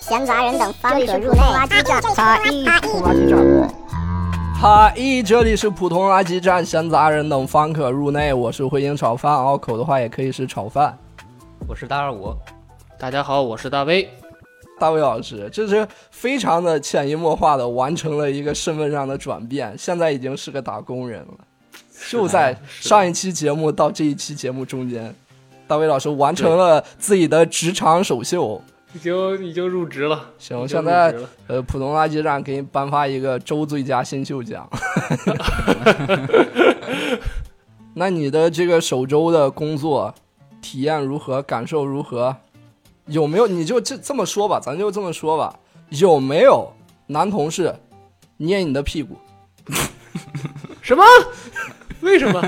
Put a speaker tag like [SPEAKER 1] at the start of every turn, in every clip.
[SPEAKER 1] 闲杂人等方可入内。垃圾站，
[SPEAKER 2] 哈一垃圾站，
[SPEAKER 3] 哈咦，这里是普通垃圾站，闲杂人等方可入内。我是回营炒饭，拗口的话也可以是炒饭。
[SPEAKER 4] 我是大二五，
[SPEAKER 5] 大家好，我是大威。
[SPEAKER 3] 大卫老师，这是非常的潜移默化的完成了一个身份上的转变，现在已经是个打工人了。就在上一期节目到这一期节目中间，大卫老师完成了自己的职场首秀。
[SPEAKER 5] 已经已经入职了，
[SPEAKER 3] 行，
[SPEAKER 5] 已经
[SPEAKER 3] 现
[SPEAKER 5] 入
[SPEAKER 3] 在
[SPEAKER 5] 职了
[SPEAKER 3] 呃，浦东垃圾站给你颁发一个州最佳新秀奖。 那你的这个首周的工作体验如何？感受如何？有没有？你就这这么说吧，咱就这么说吧。有没有男同事捏你的屁股？
[SPEAKER 5] 什么？ 为什么？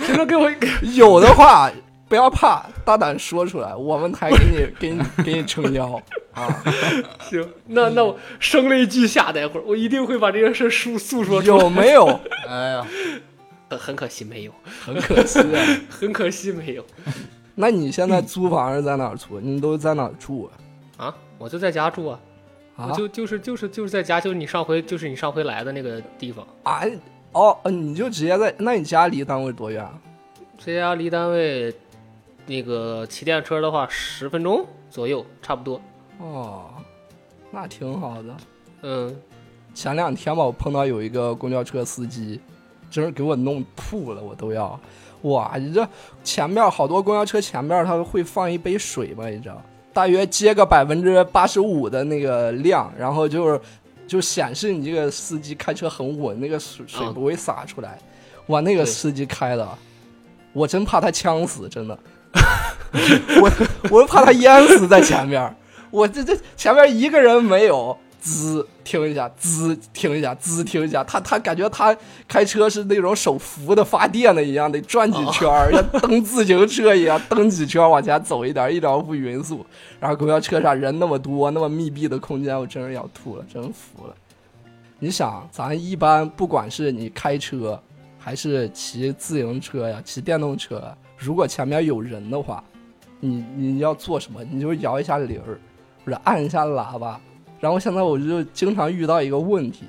[SPEAKER 5] 谁能给我一个？
[SPEAKER 3] 有的话，不要怕，大胆说出来，我们台给你给你给你撑腰啊！
[SPEAKER 5] 行，那那我声泪俱下，待会儿我一定会把这件事诉诉说出来。
[SPEAKER 3] 有没有？
[SPEAKER 2] 哎呀，
[SPEAKER 5] 很很可惜没有，
[SPEAKER 3] 很可惜、啊。
[SPEAKER 5] 很可惜没有
[SPEAKER 3] 那你现在租房是在哪儿租？你都在哪儿住啊？
[SPEAKER 5] 啊！我就在家住啊，
[SPEAKER 3] 啊
[SPEAKER 5] 我就就是就是就是在家，就是你上回就是你上回来的那个地方，
[SPEAKER 3] 啊哦，呃你就直接在？那你家离单位多远啊？
[SPEAKER 5] 这家离单位那个骑电车的话，十分钟左右，差不多。
[SPEAKER 3] 哦，那挺好的。
[SPEAKER 5] 嗯，
[SPEAKER 3] 前两天吧，我碰到有一个公交车司机，真是给我弄吐了，我都要。哇，你这前面好多公交车前面它会放一杯水嘛，你知道，大约接个百分之八十五的那个量，然后就是就显示你这个司机开车很稳，那个水水
[SPEAKER 5] 嗯
[SPEAKER 3] 不会洒出来。哇，那个
[SPEAKER 5] 对
[SPEAKER 3] 司机开的，我真怕他呛死，真的。 我我都怕他淹死在前面儿，我这这前面一个人没有，滋停一下，滋停一下，滋停一下，他他感觉他开车是那种手扶的发电的一样，得转几圈儿，像蹬自行车一样蹬几圈儿往前走一点儿，一点儿都不匀速。然后公交车上人那么多，那么密闭的空间，我真是要吐了，真服了。你想，咱一般不管是你开车，还是骑自行车呀，骑电动车，如果前面有人的话，你你要做什么？你就摇一下铃儿，或者按一下喇叭。然后现在我就经常遇到一个问题，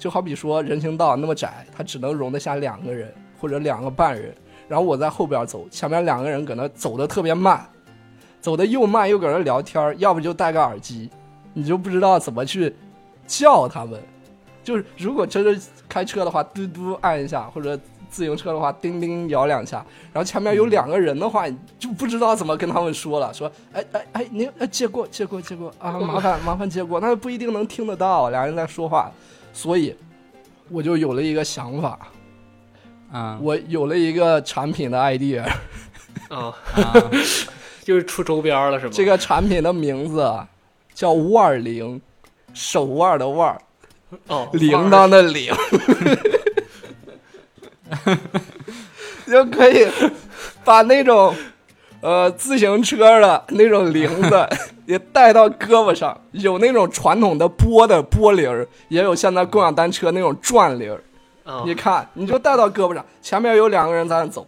[SPEAKER 3] 就好比说人行道那么窄，它只能容得下两个人或者两个半人。然后我在后边走，前面两个人搁那走的特别慢，走的又慢又搁那聊天儿，要不就戴个耳机，你就不知道怎么去叫他们。就是如果真是开车的话，嘟嘟按一下，或者自行车的话，叮叮摇两下。然后前面有两个人的话，你就不知道怎么跟他们说了，说哎哎哎，您哎借过借过借过啊，麻烦麻烦借过，那不一定能听得到，俩人在说话，所以我就有了一个想法，
[SPEAKER 2] 啊，
[SPEAKER 3] 我有了一个产品的 idea，
[SPEAKER 5] 啊，
[SPEAKER 2] 啊
[SPEAKER 5] 就是出周边了是吗？
[SPEAKER 3] 这个产品的名字啊叫腕铃，手腕的腕，
[SPEAKER 5] 哦，
[SPEAKER 3] 铃铛的铃， 就可以把那种呃自行车的那种铃子也带到胳膊上，有那种传统的拨的拨铃儿，也有现在共享单车那种转铃儿。
[SPEAKER 5] 啊，
[SPEAKER 3] 你看，你就带到胳膊上，前面有两个人在那走，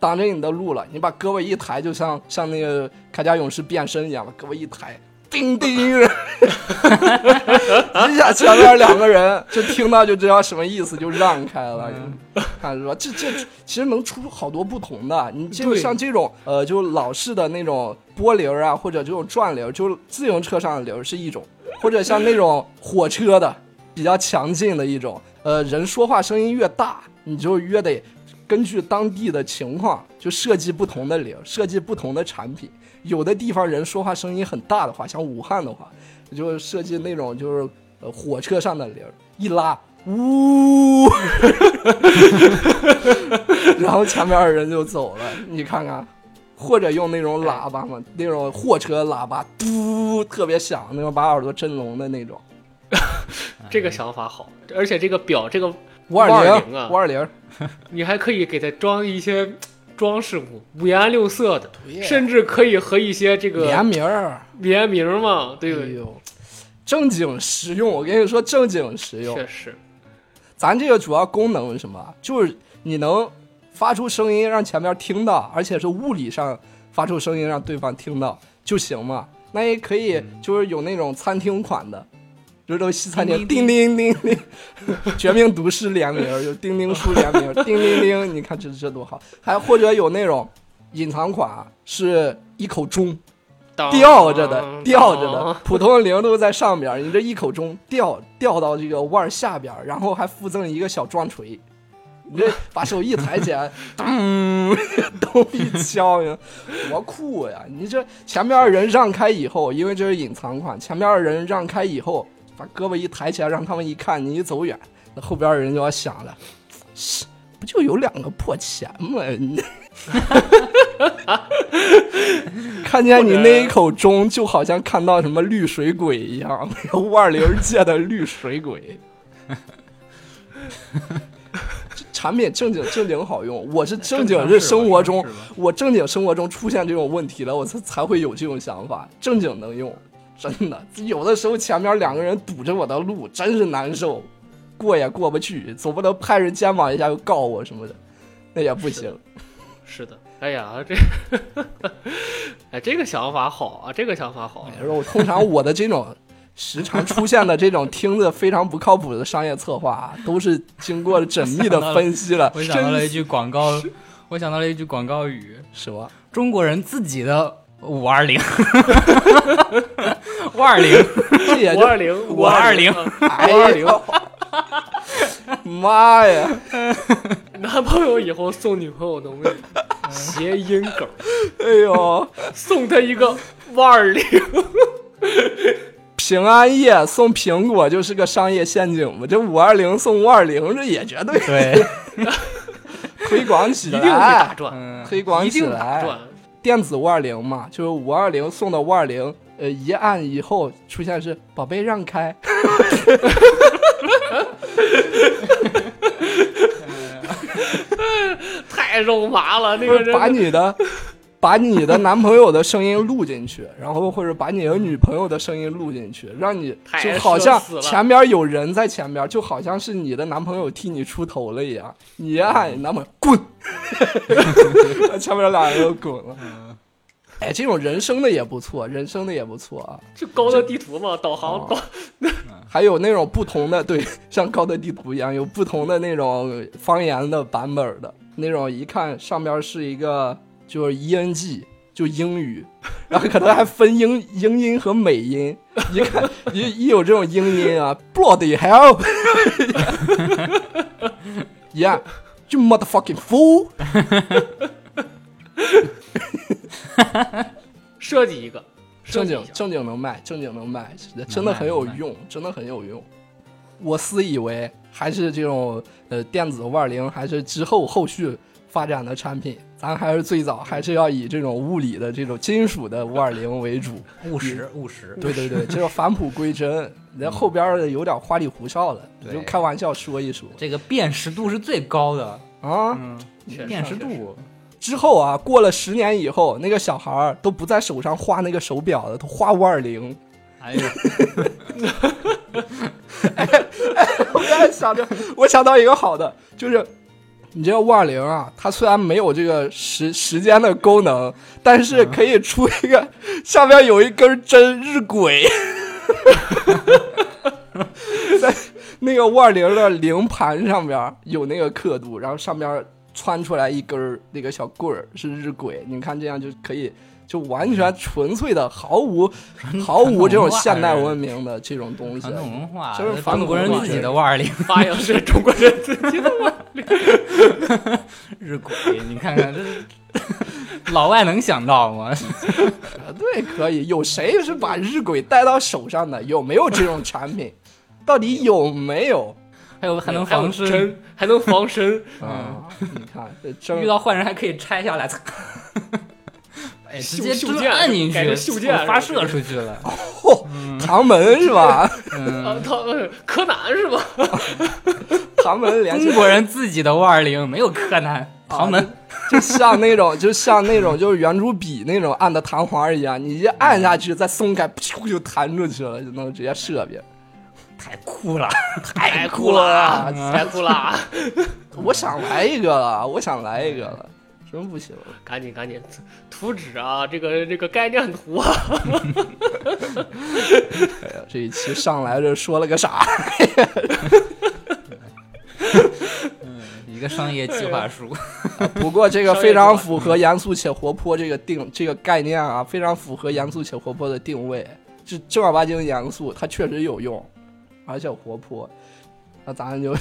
[SPEAKER 3] 挡着你的路了，你把胳膊一抬，就像像那个铠甲勇士变身一样，把胳膊一抬，叮叮， 一下前面两个人就听到就知道什么意思，就让开了。 看是吧？这这其实能出好多不同的。你这个
[SPEAKER 5] 对
[SPEAKER 3] 像这种呃，就老式的那种波铃儿啊，或者这种转铃儿，就自行车上的铃儿是一种，或者像那种火车的比较强劲的一种。呃，人说话声音越大，你就越得根据当地的情况，就设计不同的铃儿，设计不同的产品。有的地方人说话声音很大的话，像武汉的话，就设计那种就是呃火车上的铃儿，一拉，呜， 然后前面的人就走了。你看看，或者用那种喇叭嘛，那种货车喇叭，嘟，特别响，那种把耳朵震聋的那种。
[SPEAKER 5] 这个想法好，而且这个表这个
[SPEAKER 3] 五二
[SPEAKER 5] 520啊
[SPEAKER 3] 五二零，
[SPEAKER 5] 你还可以给它装一些装饰物，五颜六色的，甚至可以和一些这
[SPEAKER 3] 联
[SPEAKER 5] 个
[SPEAKER 3] 名儿，
[SPEAKER 5] 联名嘛，对不
[SPEAKER 3] 哎
[SPEAKER 5] 对？
[SPEAKER 3] 呦，正经实用。我跟你说，正经实用。
[SPEAKER 5] 确实，
[SPEAKER 3] 咱这个主要功能是什么？就是你能发出声音让前面听到，而且是物理上发出声音让对方听到就行嘛。那也可以，就是有那种餐厅款的， 就是都西餐厅，叮
[SPEAKER 2] 叮
[SPEAKER 3] 叮叮叮，绝命毒师联名，有叮叮书联名，叮叮叮，你看这这多好。还或者有那种隐藏款，是一口钟吊着
[SPEAKER 5] 哦
[SPEAKER 3] 的，吊着的，普通的零度在上边儿，你这一口钟掉掉到这个腕儿下边儿，然后还附赠一个小撞锤，你这把手一抬起来， 咚，咚一敲，多酷呀！你这前面的人让开以后，因为这是隐藏款，前面的人让开以后，把胳膊一抬起来，让他们一看，你一走远，那后边的人就要想了，不就有两个破钱吗？ 你看见你那一口钟，就好像看到什么绿水鬼一样，那个五二零界的绿水 鬼。这产品正经正经好用，我是正经是生活中，我正经生活中出现这种问题了，我才才会有这种想法。正经能用，真的，有的时候前面两个人堵着我的路，真是难受，过也过不去，总不能拍人肩膀一下又告我什么的，那也不行。
[SPEAKER 5] 是的。哎呀，这， 哎，这个想法好啊，这个想法好啊。
[SPEAKER 3] 哎然后通常我的这种时常出现的这种听着非常不靠谱的商业策划啊，都是经过缜密的分析了，
[SPEAKER 2] 我想到了一句广告，我想到了一句广告语：
[SPEAKER 3] 什么？
[SPEAKER 2] 中国人自己的五 二零，五二零，
[SPEAKER 3] 这也哎
[SPEAKER 5] 五
[SPEAKER 3] 就
[SPEAKER 5] 二零，
[SPEAKER 2] 五二零
[SPEAKER 5] 啊
[SPEAKER 3] 哎呀，妈呀！
[SPEAKER 5] 男朋友以后送女朋友东西，
[SPEAKER 3] 嗯
[SPEAKER 5] 谐音梗，
[SPEAKER 3] 哎呦，
[SPEAKER 5] 送他一个 五二零，
[SPEAKER 3] 平安夜送苹果就是个商业陷阱嘛，这五二零送五二零，这也绝对
[SPEAKER 2] 对，
[SPEAKER 3] 推广起
[SPEAKER 5] 一定会打
[SPEAKER 3] 来，
[SPEAKER 5] 转，
[SPEAKER 2] 嗯，
[SPEAKER 3] 推广
[SPEAKER 5] 一
[SPEAKER 3] 哎起
[SPEAKER 5] 定打
[SPEAKER 3] 来。
[SPEAKER 5] 转。
[SPEAKER 3] 电子五二零嘛，就是五二零送到五二零，呃，一按以后出现是宝贝让开，
[SPEAKER 5] 太肉麻了，那个 人
[SPEAKER 3] 把你的把你的男朋友的声音录进去， 然后或者把你的女朋友的声音录进去，让你
[SPEAKER 5] 太
[SPEAKER 3] 就好像
[SPEAKER 5] 社死了
[SPEAKER 3] 前边有人在前边，就好像是你的男朋友替你出头了一样，你一
[SPEAKER 5] 嗯
[SPEAKER 3] 按你男朋友滚， 前面俩人都滚了。
[SPEAKER 5] 嗯
[SPEAKER 3] 哎，这种人声的也不错，人声的也不错啊。
[SPEAKER 5] 就高德地图嘛，导航导
[SPEAKER 3] 还有那种不同的，对， 像高德地图一样，有不同的那种方言的版本的那种，一看上边是一个就是 ENG，就英语，然后可能还分英 英音和美音，一看 一一有这种英音啊，bloody hell，yeah。You motherfucking fool！
[SPEAKER 5] 设计一个，设
[SPEAKER 3] 正
[SPEAKER 5] 计
[SPEAKER 3] 经
[SPEAKER 5] 一下
[SPEAKER 3] 正经能卖，正经能卖，是的，
[SPEAKER 2] 卖
[SPEAKER 3] 真的很有
[SPEAKER 2] 能卖
[SPEAKER 3] 用，真的很有用。我私以为还是这种呃电子五二零还是之后后续发展的产品，咱还是最早还是要以这种物理的这种金属的五二零为 主。
[SPEAKER 2] 务实务实，
[SPEAKER 3] 对对对，这个返璞归真，你这后边儿的有点花里胡哨了，你
[SPEAKER 2] 嗯对
[SPEAKER 3] 就开玩笑说一说
[SPEAKER 2] 这个辨识度是最高的，
[SPEAKER 3] 啊。
[SPEAKER 2] 嗯，
[SPEAKER 5] 确实
[SPEAKER 2] 辨识度，
[SPEAKER 3] 之后啊，过了十年以后，那个小孩儿都不在手上画那个手表了，都画五二零。
[SPEAKER 2] 哎呀，
[SPEAKER 3] 我刚才 想着，我想到一个好的，就是你这个五二零啊，它虽然没有这个时时间的功能，但是
[SPEAKER 2] 嗯
[SPEAKER 3] 可以出一个下边有一根针日 晷，在那个五二零的零盘上边有那个刻度，然后上边穿出来一根儿那个小棍儿是日晷，你看这样就可以。就完全纯粹的，毫无毫无这种现代文明的这种东西，
[SPEAKER 2] 传统 文化，
[SPEAKER 3] 这是反
[SPEAKER 2] 中国人自己的五二零
[SPEAKER 5] 发扬是中国人自己的嘛，
[SPEAKER 2] 日晷，你看 看这是老外能想到吗？
[SPEAKER 3] 绝对可以。有谁是把日晷戴到手上的？有没有这种产品？ 到底有没有？
[SPEAKER 2] 还有还能
[SPEAKER 5] 还有
[SPEAKER 2] 防身，
[SPEAKER 5] 针，还能防身，
[SPEAKER 3] 啊，
[SPEAKER 5] 嗯
[SPEAKER 3] 你看这真
[SPEAKER 2] 遇到坏人还可以拆下 来，擦哎，直接
[SPEAKER 5] 袖
[SPEAKER 2] 就
[SPEAKER 5] 箭
[SPEAKER 2] 按进
[SPEAKER 5] 改成
[SPEAKER 2] 去，
[SPEAKER 5] 袖箭
[SPEAKER 2] 发
[SPEAKER 5] 是吧
[SPEAKER 2] 射出去了。
[SPEAKER 3] 唐门是吧？
[SPEAKER 2] 嗯，
[SPEAKER 5] 啊，他呃柯南是吧？
[SPEAKER 3] 唐门连 啊
[SPEAKER 2] 中国人自己的五二零没有柯南，旁门，
[SPEAKER 3] 就像那种就像那种就是圆珠笔那种按的弹簧一样，你一按下去再松开，噗就弹出去了，就能直接射别人。
[SPEAKER 2] 太酷了，
[SPEAKER 5] 太酷了，啊
[SPEAKER 3] 嗯
[SPEAKER 5] 太酷了！
[SPEAKER 3] 啊我想来一个了，我想来一个了，真不行。
[SPEAKER 5] 赶紧赶紧，图纸啊，这个这个概念图啊，
[SPEAKER 3] 哎呀，这一期上来这说了个啥？
[SPEAKER 2] 一个商业计 划书，
[SPEAKER 3] 不过 这个非常符合严肃且活泼这个定这个概念啊，非常符合严肃且活泼的定位。是正儿八经严肃，它确实有用，而且活泼。那咱们就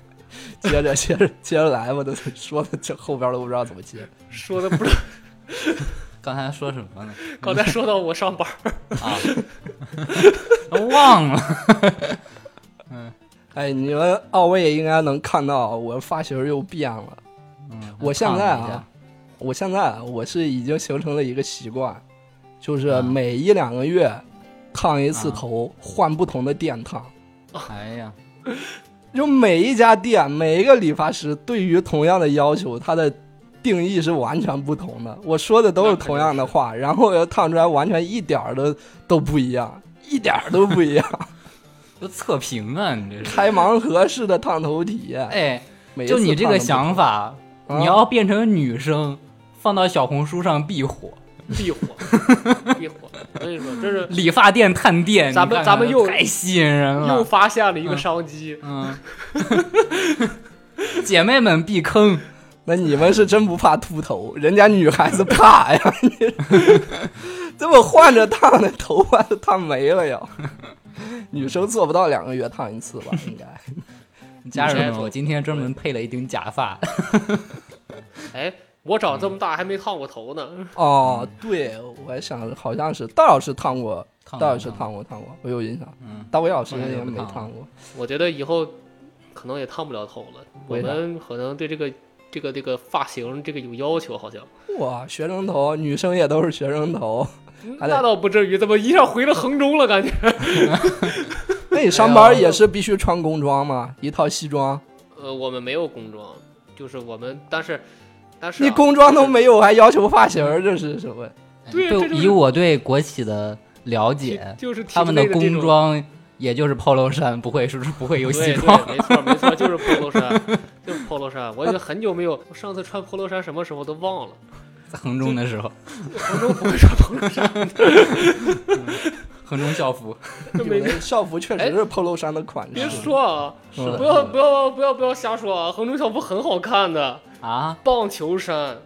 [SPEAKER 3] 接着 接着接着来吧，都说的这后边都不知道怎么接。
[SPEAKER 5] 说的不是
[SPEAKER 2] 刚才说什么呢？
[SPEAKER 5] 刚才说到我上班儿，
[SPEAKER 2] 啊，忘了，
[SPEAKER 3] 哎，你们二位应该能看到，我发型又变了。
[SPEAKER 2] 嗯
[SPEAKER 3] 我现在
[SPEAKER 2] 胖了一下
[SPEAKER 3] 啊，我现在啊我是已经形成了一个习惯，就是每一两个月烫一次
[SPEAKER 2] 啊
[SPEAKER 3] 头，换不同的店烫。
[SPEAKER 2] 哎呀，
[SPEAKER 3] 就每一家店、每一个理发师对于同样的要求，它的定义是完全不同的。我说的都是同样的话，然后烫出来完全一点儿都都不一 样， 一点儿都不一样，
[SPEAKER 2] 哎都测评啊，你这是，
[SPEAKER 3] 开盲盒式的烫头体验。
[SPEAKER 2] 哎，
[SPEAKER 3] 每一次
[SPEAKER 2] 就你这
[SPEAKER 3] 烫
[SPEAKER 2] 个
[SPEAKER 3] 都不
[SPEAKER 2] 想法，
[SPEAKER 3] 啊
[SPEAKER 2] 你要变成女生，放到小红书上必火，
[SPEAKER 5] 必火，必火！我跟你说，这是
[SPEAKER 2] 理发店探店，
[SPEAKER 5] 咱们
[SPEAKER 2] 你看看
[SPEAKER 5] 咱们又
[SPEAKER 2] 太吸引人
[SPEAKER 5] 又
[SPEAKER 2] 了，
[SPEAKER 5] 发现了一个商机，
[SPEAKER 2] 嗯， 姐妹们避坑，
[SPEAKER 3] 那你们是真不怕秃头，人家女孩子怕 呀！你这么换着烫的头发都烫没了呀！女生做不到两个月烫一次吧，应该。
[SPEAKER 2] 家人
[SPEAKER 5] 嗯
[SPEAKER 2] 们，我今天专门配了一顶假发，
[SPEAKER 5] 哎。我长这么大还没烫过头呢，
[SPEAKER 3] 哦，
[SPEAKER 5] 嗯
[SPEAKER 3] 对，我还想好像是大老师烫过，
[SPEAKER 2] 烫过
[SPEAKER 3] 大老师烫过，烫过，我有印象。
[SPEAKER 2] 嗯，
[SPEAKER 3] 大伟老师
[SPEAKER 2] 后来就
[SPEAKER 3] 也
[SPEAKER 2] 不
[SPEAKER 3] 没
[SPEAKER 2] 烫了
[SPEAKER 3] 烫过。
[SPEAKER 5] 我觉得以后可能也烫不了头了。我
[SPEAKER 3] 为啥
[SPEAKER 5] 们可能对这个这个这个发型这个有要求，好像
[SPEAKER 3] 哇，学生头，女生也都是学生 头。
[SPEAKER 2] 嗯
[SPEAKER 3] 还得
[SPEAKER 5] 那倒不至于，怎么一下回了衡中了？感 觉
[SPEAKER 3] 那你上班也是必须穿工装吗？一套西装，
[SPEAKER 5] 呃，我们没有工装，就是我们，但是但是、啊、
[SPEAKER 3] 你工装都没有，还要求发型儿，这是什么？
[SPEAKER 5] 对这就是
[SPEAKER 2] 以我对国企的了
[SPEAKER 5] 提
[SPEAKER 2] 解，
[SPEAKER 5] 就是
[SPEAKER 2] 他们的
[SPEAKER 5] 提出类这
[SPEAKER 2] 工
[SPEAKER 5] 种
[SPEAKER 2] 装也就是 polo 衫，不会是不会有西
[SPEAKER 5] 对
[SPEAKER 2] 装。
[SPEAKER 5] 对，没错没错， 就是 polo 衫，就是 polo 衫。我已经很久没有，我上次穿 polo 衫什么时候都忘 了。
[SPEAKER 2] 在衡中的时候，
[SPEAKER 5] 杭州不会穿 polo 衫，
[SPEAKER 2] 衡中校服，
[SPEAKER 5] 就
[SPEAKER 3] 有
[SPEAKER 5] 没
[SPEAKER 3] 的校服确实是 polo 衫的款式。
[SPEAKER 5] 别说啊，
[SPEAKER 3] 是
[SPEAKER 5] 不
[SPEAKER 3] 的，
[SPEAKER 5] 要不要不要不要瞎说啊！杭州校服很好看的，
[SPEAKER 2] 啊，
[SPEAKER 5] 棒球衫，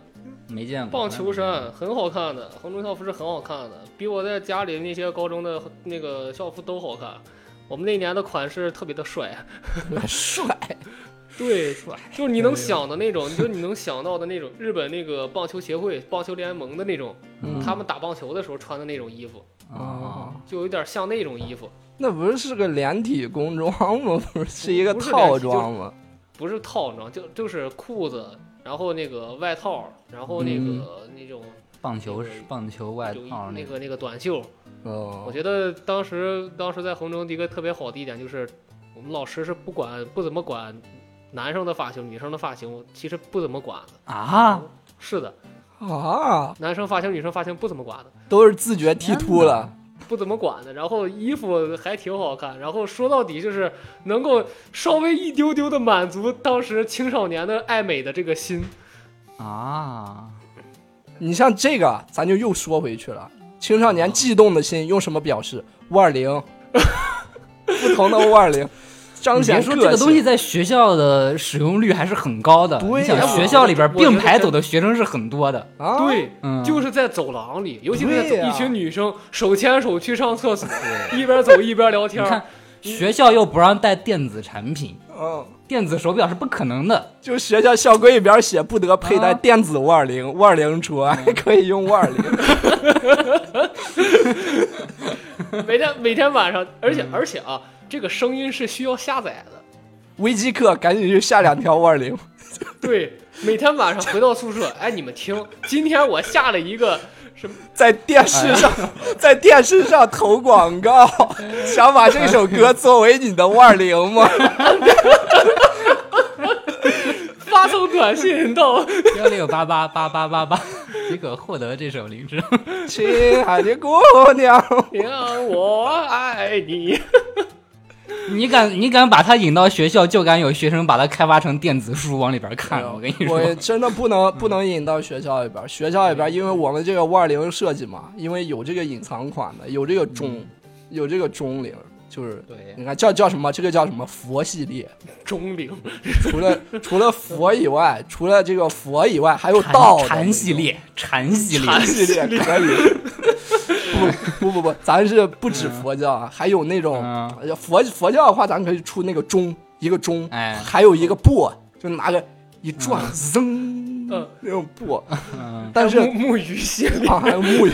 [SPEAKER 2] 没见过
[SPEAKER 5] 棒球衫很好看的，杭州校服是很好看的，比我在家里那些高中的那个校服都好看。我们那年的款式特别的帅，
[SPEAKER 3] 帅。
[SPEAKER 5] 对，就是你能想的那种，就是你能想到的那种日本那个棒球协会、棒球联盟的那种，
[SPEAKER 3] 嗯哦
[SPEAKER 5] 他们打棒球的时候穿的那种衣服，
[SPEAKER 2] 啊，
[SPEAKER 5] 就有点像那种衣服，
[SPEAKER 3] 那不是是个连体工装吗？ 不是是一个
[SPEAKER 5] 不是连体
[SPEAKER 3] 套装吗？
[SPEAKER 5] 不是套装，就就是裤子，然后那个外套，然后那个、那种
[SPEAKER 2] 棒球是棒球外
[SPEAKER 5] 那种
[SPEAKER 2] 套
[SPEAKER 5] 那
[SPEAKER 2] 那个，
[SPEAKER 5] 个那个短袖。我
[SPEAKER 3] 哦，
[SPEAKER 5] 觉得当时当时在衡中的一个特别好的一点就是，我们老师是不管不怎么管男生的发型，女生的发型其实不怎么管的。
[SPEAKER 2] 啊，
[SPEAKER 5] 是的，
[SPEAKER 3] 啊，
[SPEAKER 5] 男生发型、女生发型不怎么管的。
[SPEAKER 3] 都是自觉剃秃了。
[SPEAKER 5] 不怎么管的，然后衣服还挺好看，然后说到底就是能够稍微一丢丢的满足当时青少年的爱美的这个心。
[SPEAKER 2] 啊，
[SPEAKER 3] 你像这个，啊咱就又说回去了。青少
[SPEAKER 2] 嗯
[SPEAKER 3] 年悸动的心用什么表示？五二零， 不同的五二零，彰
[SPEAKER 2] 你别
[SPEAKER 3] 显
[SPEAKER 2] 说
[SPEAKER 3] 个
[SPEAKER 2] 这个东西
[SPEAKER 3] 性
[SPEAKER 2] 在学校的使用率还是很高的，
[SPEAKER 3] 对
[SPEAKER 2] 你
[SPEAKER 3] 呀
[SPEAKER 2] 想学校里边
[SPEAKER 5] 我觉得
[SPEAKER 2] 并排走的学生是很多的，
[SPEAKER 3] 啊，，
[SPEAKER 5] 对，
[SPEAKER 2] 嗯
[SPEAKER 5] 就是在走廊里，尤其是在走
[SPEAKER 3] 对呀
[SPEAKER 5] 一群女生手牵手去上厕所，一边走一边聊
[SPEAKER 2] 你
[SPEAKER 5] 天。
[SPEAKER 2] 看
[SPEAKER 5] 嗯
[SPEAKER 2] 学校又不让带电子产品，
[SPEAKER 3] 嗯，
[SPEAKER 2] 电子手表是不可能的，
[SPEAKER 3] 就学校校规里边写不得佩戴
[SPEAKER 2] 啊嗯
[SPEAKER 3] 电子五二零，五二零除外， 可以用五二零。
[SPEAKER 5] 每天每天晚上，而且而且啊，这个声音是需要下载的。
[SPEAKER 3] 微机课赶紧去下两条五二零，
[SPEAKER 5] 对，每天晚上回到宿舍， 哎，你们听，今天我下了一个什么？
[SPEAKER 3] 在电
[SPEAKER 2] 哎
[SPEAKER 3] 视上， 在电视上投广告，想把这 首歌作为你的五二零吗？
[SPEAKER 5] 发发送短信到
[SPEAKER 2] 幺六八八八八八八 即可获得这首铃声。
[SPEAKER 3] 亲爱的姑娘，
[SPEAKER 5] 娘，我爱你。
[SPEAKER 2] 你敢你敢把它引到学校，就敢有学生把它开发成电子书往里边看。我跟你
[SPEAKER 3] 我
[SPEAKER 2] 说，
[SPEAKER 3] 真的不能不能引到学校里边儿，学校里边儿，因为我们这个五二零设计嘛，因为有这个隐藏款的，有这个中，有这个中龄，就是
[SPEAKER 2] 嗯对
[SPEAKER 3] 你看叫叫什么？这个叫什么佛系列？
[SPEAKER 5] 钟灵，
[SPEAKER 3] 除 了除了佛以外，除了这个佛以外，还有道的那
[SPEAKER 2] 禅
[SPEAKER 3] 种
[SPEAKER 2] 系，列，禅系列，
[SPEAKER 3] 禅系列可以。不不不不，咱是不止佛教啊，还有那种
[SPEAKER 2] 嗯
[SPEAKER 3] 哎呀佛佛教的话，咱可以出那个钟，一个钟，
[SPEAKER 2] 哎
[SPEAKER 3] 还有一个钵，就拿个一转，扔
[SPEAKER 5] 嗯
[SPEAKER 3] 那种钵。
[SPEAKER 2] 嗯，
[SPEAKER 3] 但是
[SPEAKER 5] 木木鱼系列，
[SPEAKER 3] 啊，还有木鱼，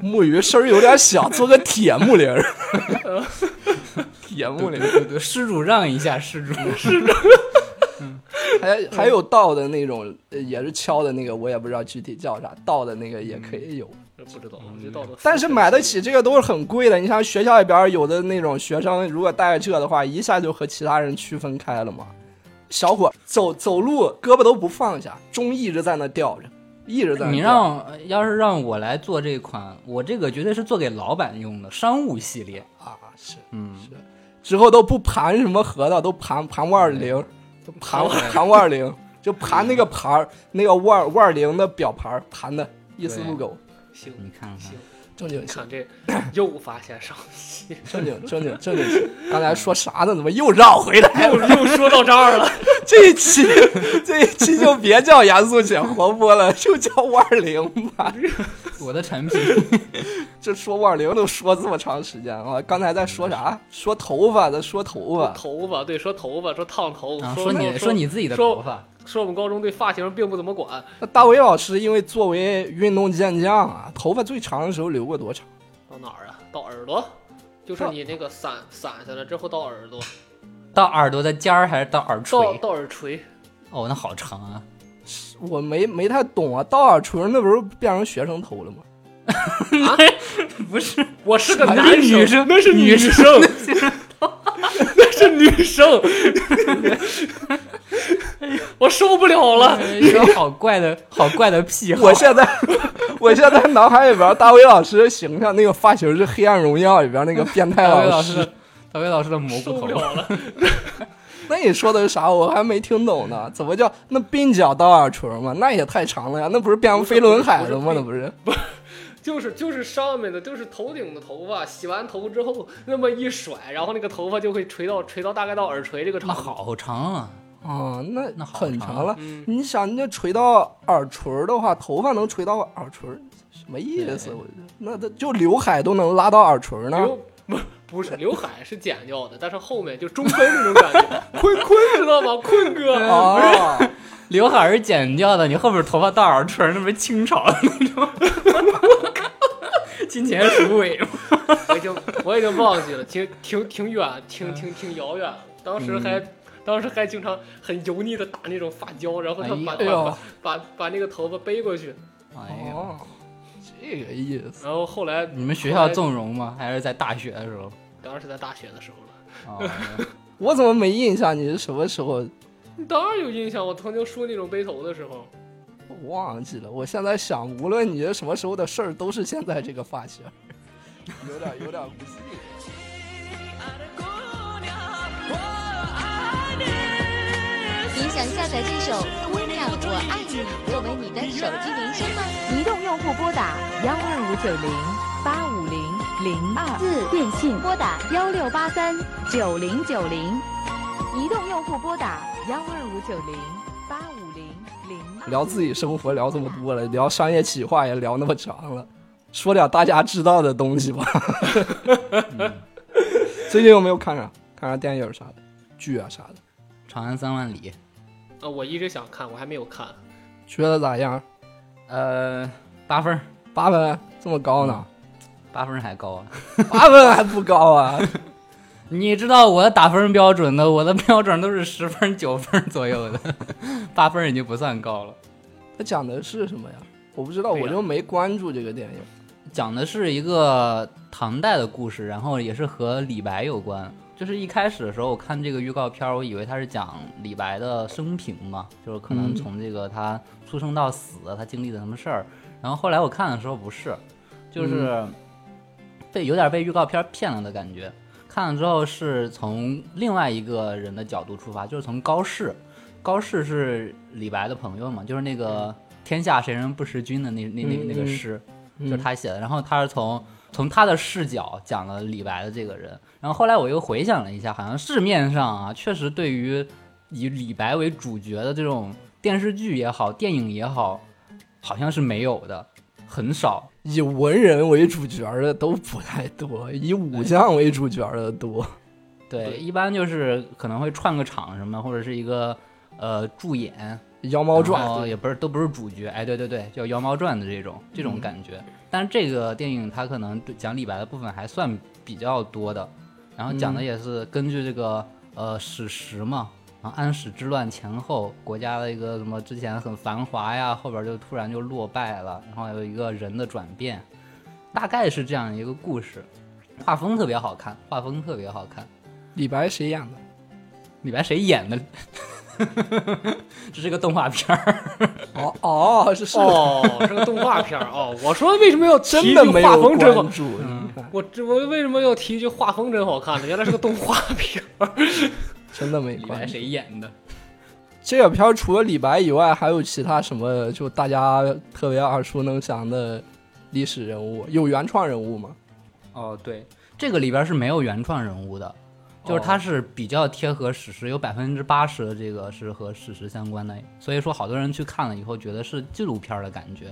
[SPEAKER 3] 木鱼声儿有点小，做个铁木铃儿，铁木
[SPEAKER 2] 对
[SPEAKER 3] 铃儿。
[SPEAKER 2] 对对，施主让一下，施主，
[SPEAKER 3] 还还有倒的那种，呃也是敲的那个，我也不知道具体叫啥，倒的那个
[SPEAKER 2] 嗯
[SPEAKER 3] 也可以有，
[SPEAKER 5] 不知道，我觉得道德。
[SPEAKER 3] 但是买得起这个都是很贵的。你像学校里边儿有的那种学生，如果带着这个的话，一下就和其他人区分开了嘛。小伙走走路，胳膊都不放下，钟一直在那吊着，一直在那
[SPEAKER 2] 你
[SPEAKER 3] 吊着
[SPEAKER 2] 让要是让我来做这款，我这个绝对是做给老板用的商务系列。
[SPEAKER 3] 啊，是
[SPEAKER 2] 嗯，
[SPEAKER 3] 之后都不盘什么核桃，都盘盘五二零，都盘盘五二零，就盘那个盘儿，那个五二五二零的表盘儿盘的一丝不苟，
[SPEAKER 5] 行
[SPEAKER 2] 你看看
[SPEAKER 5] 行，
[SPEAKER 3] 正经
[SPEAKER 5] 你
[SPEAKER 3] 戏
[SPEAKER 5] 看这又发现上戏，
[SPEAKER 3] 正经正经正经戏。刚才说啥呢？怎么又绕回来了？
[SPEAKER 5] 又又说到这儿了。
[SPEAKER 3] 这一期这一期就别叫严肃且活泼了，就叫五二零吧。
[SPEAKER 2] 我的产 品，
[SPEAKER 3] 这说五二零都说这么长时间啊！刚才在说啥？说头发，在说头发。
[SPEAKER 5] 头发，对，说头发，说烫头，
[SPEAKER 2] 啊，
[SPEAKER 5] 说
[SPEAKER 2] 你说
[SPEAKER 5] 说
[SPEAKER 2] 你自己的头发，
[SPEAKER 5] 说我们高中对发型并不怎么管，
[SPEAKER 3] 那大伟老师因为作为运动健将啊，头发最长的时候留过多长？
[SPEAKER 5] 到哪儿啊？到耳朵，就是你那个散散下来之后到耳朵，
[SPEAKER 2] 到耳朵的尖儿还是到耳
[SPEAKER 5] 到
[SPEAKER 2] 垂？
[SPEAKER 5] 到耳垂，
[SPEAKER 2] 哦，那好长啊！
[SPEAKER 3] 我没没太懂啊，到耳垂那不是变成学生头了吗？
[SPEAKER 2] 不是，
[SPEAKER 5] 我是个
[SPEAKER 2] 那
[SPEAKER 5] 男
[SPEAKER 2] 是
[SPEAKER 5] 生，
[SPEAKER 2] 女生
[SPEAKER 5] 那是
[SPEAKER 2] 女
[SPEAKER 5] 女
[SPEAKER 2] 生
[SPEAKER 5] 生， 那是女 生，我受不了了。
[SPEAKER 2] 一个好怪的好怪的癖好。
[SPEAKER 3] 我现 在我现在脑海里边大卫老师的形象，那个发型是《黑暗荣耀》里边那个变态
[SPEAKER 2] 大卫
[SPEAKER 3] 老
[SPEAKER 2] 老
[SPEAKER 3] 师。
[SPEAKER 2] 师的，大卫老师的蘑
[SPEAKER 5] 受
[SPEAKER 2] 菇
[SPEAKER 5] 不
[SPEAKER 2] 头，
[SPEAKER 5] 了了，
[SPEAKER 3] 那你说的是啥？我还没听懂呢。怎么叫那鬓角到耳垂吗？那也太长了呀！那不是变成飞轮海了 吗？那不是？
[SPEAKER 5] 就是就是上面的，就是头顶的头发，洗完头之后那么一甩，然后那个头发就会垂到垂到大概到耳垂这个
[SPEAKER 2] 那
[SPEAKER 5] 长度。
[SPEAKER 2] 好长啊！
[SPEAKER 3] 哦，那
[SPEAKER 2] 那好
[SPEAKER 3] 很
[SPEAKER 2] 长
[SPEAKER 3] 了。
[SPEAKER 5] 嗯，
[SPEAKER 3] 你想，你这垂到耳垂的话，头发能垂到耳垂，什么意思？
[SPEAKER 2] 对
[SPEAKER 3] 我觉得那他就刘海都能拉到耳垂呢。
[SPEAKER 5] 刘不不是刘海是剪掉的，但是后面就中分那种感觉。 坤坤知道吗？坤 哥，
[SPEAKER 3] 哦，
[SPEAKER 2] 刘海儿剪掉的，你后边头发到耳垂，那不是清朝的那种，金钱鼠尾吗？
[SPEAKER 5] 我已经我已经忘记了，挺挺挺远，挺挺挺遥远了。当时还、当时还经常很油腻的打那种发胶，然后 他把、
[SPEAKER 3] 哎
[SPEAKER 2] 哦
[SPEAKER 3] 呦
[SPEAKER 5] 把把把那个头发背过去，
[SPEAKER 2] 哎呀，
[SPEAKER 3] 哦，这个意思。
[SPEAKER 5] 然后后来
[SPEAKER 2] 你们学校纵容吗？还是在大学的时候？
[SPEAKER 5] 当然是在大学的时候了。
[SPEAKER 2] 哦，
[SPEAKER 3] 我怎么没印象？你是什么时候？
[SPEAKER 5] 当然有印象，我曾经梳那种背头的时候，
[SPEAKER 3] 我忘记了。我现在想，无论你是什么时候的事儿，都是现在这个发型，有点有点无稽。
[SPEAKER 4] 你想下载这首《姑娘我爱你》作为你的手机铃声吗？
[SPEAKER 6] 移动用户拨打幺二五九零八五零零二
[SPEAKER 4] 四
[SPEAKER 6] 电信
[SPEAKER 4] 拨打
[SPEAKER 6] 幺六八三九零九零，移动用户拨打幺二五九零八五零零二。
[SPEAKER 3] 聊自己生活聊这么多了，聊商业企划也聊那么长了，说点大家知道的东西吧。 最近有没有看啥？看啥电影啥的，剧啊啥的，
[SPEAKER 2] 长安三万里，
[SPEAKER 5] 啊，我一直想看，我还没有看。
[SPEAKER 3] 觉得咋样？
[SPEAKER 2] 呃，八分儿，
[SPEAKER 3] 八分这么高呢？
[SPEAKER 2] 八分儿还高啊！
[SPEAKER 3] 八分还不高啊？
[SPEAKER 2] 你知道我的打分标准的，我的标准都是十分、九分左右的，八分已经不算高了。
[SPEAKER 3] 它讲的是什么呀？我不知道，
[SPEAKER 5] 对呀
[SPEAKER 3] 我就没关注这个电影。
[SPEAKER 2] 讲的是一个唐代的故事，然后也是和李白有关，就是一开始的时候，我看这个预告片儿，我以为他是讲李白的生平嘛，就是可能
[SPEAKER 3] 嗯
[SPEAKER 2] 从这个他出生到死，他经历的什么事儿。然后后来我看的时候不是，就是
[SPEAKER 3] 嗯
[SPEAKER 2] 被有点被预告片骗了的感觉。看了之后是从另外一个人的角度出发，就是从高适，高适是李白的朋友嘛，就是那个“天下谁人不识君”的那那那
[SPEAKER 3] 嗯
[SPEAKER 2] 那个
[SPEAKER 3] 嗯
[SPEAKER 2] 诗。
[SPEAKER 3] 嗯
[SPEAKER 2] 就是他写的。然后他是从从他的视角讲了李白的这个人。然后后来我又回想了一下，好像市面上啊，确实对于以李白为主角的这种电视剧也好，电影也好，好像是没有的，很少。
[SPEAKER 3] 以文人为主角的都不太多，以武将为主角的多。
[SPEAKER 2] 对，一般就是可能会串个场什么，或者是一个呃助演，
[SPEAKER 3] 妖猫传
[SPEAKER 2] 然后哦也不是都不是主角，哎，对对对，叫《妖猫传》的这种
[SPEAKER 3] 嗯
[SPEAKER 2] 这种感觉。但是这个电影它可能对讲李白的部分还算比较多的，然后讲的
[SPEAKER 3] 嗯
[SPEAKER 2] 也是根据这个、呃史实嘛，然后安史之乱前后国家的一个什么之前很繁华呀，后边就突然就落败了，然后有一个人的转变，大概是这样一个故事。画风特别好看，画风特别好看。
[SPEAKER 3] 李白谁演的？
[SPEAKER 2] 李白谁演的？ 这是个动画片儿。
[SPEAKER 3] 哦哦，是是的，
[SPEAKER 5] 哦，是个动画片儿哦。我说为什么要提
[SPEAKER 3] 真
[SPEAKER 5] 一
[SPEAKER 3] 的
[SPEAKER 5] 句
[SPEAKER 3] 没
[SPEAKER 5] 画
[SPEAKER 3] 有
[SPEAKER 5] 风真好
[SPEAKER 3] 关？注。你
[SPEAKER 2] 嗯
[SPEAKER 3] 看
[SPEAKER 5] 我这我为什么要提一句画风真好看呢？原来是个动画片儿。
[SPEAKER 3] 真的没
[SPEAKER 2] 李
[SPEAKER 3] 关
[SPEAKER 2] 白
[SPEAKER 3] 注。
[SPEAKER 2] 谁演的？
[SPEAKER 3] 这个片儿除了李白以外，还有其他什么？就大家特别耳熟能详的历史人物，有原创人物吗？
[SPEAKER 2] 哦，对，这个里边是没有原创人物的，就是
[SPEAKER 3] 哦
[SPEAKER 2] 它是比较贴合史实，有百分之八十的这个是和史实相关的，所以说好多人去看了以后觉得是纪录片儿的感觉，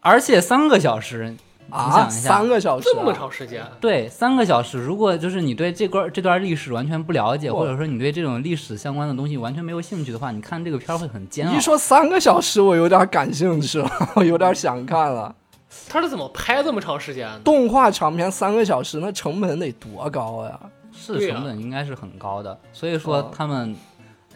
[SPEAKER 2] 而且三个小时，你想
[SPEAKER 3] 啊，
[SPEAKER 2] 一下，
[SPEAKER 3] 三个小时、
[SPEAKER 5] 这么？长时间，
[SPEAKER 2] 对，三个小时。如果就是你对这段这段历史完全不了解，
[SPEAKER 3] 哇
[SPEAKER 2] 或者说你对这种历史相关的东西完全没有兴趣的话，你看这个片儿会很煎
[SPEAKER 3] 你
[SPEAKER 2] 熬
[SPEAKER 3] 一。说三个小时，我有点感兴趣了，我有点想看了。
[SPEAKER 5] 他是怎么拍这么长时间的？
[SPEAKER 3] 动画长片三个小时，那成本得多高呀？
[SPEAKER 2] 是
[SPEAKER 5] 对啊
[SPEAKER 2] 成本应该是很高的，所以说
[SPEAKER 3] 哦
[SPEAKER 2] 他们，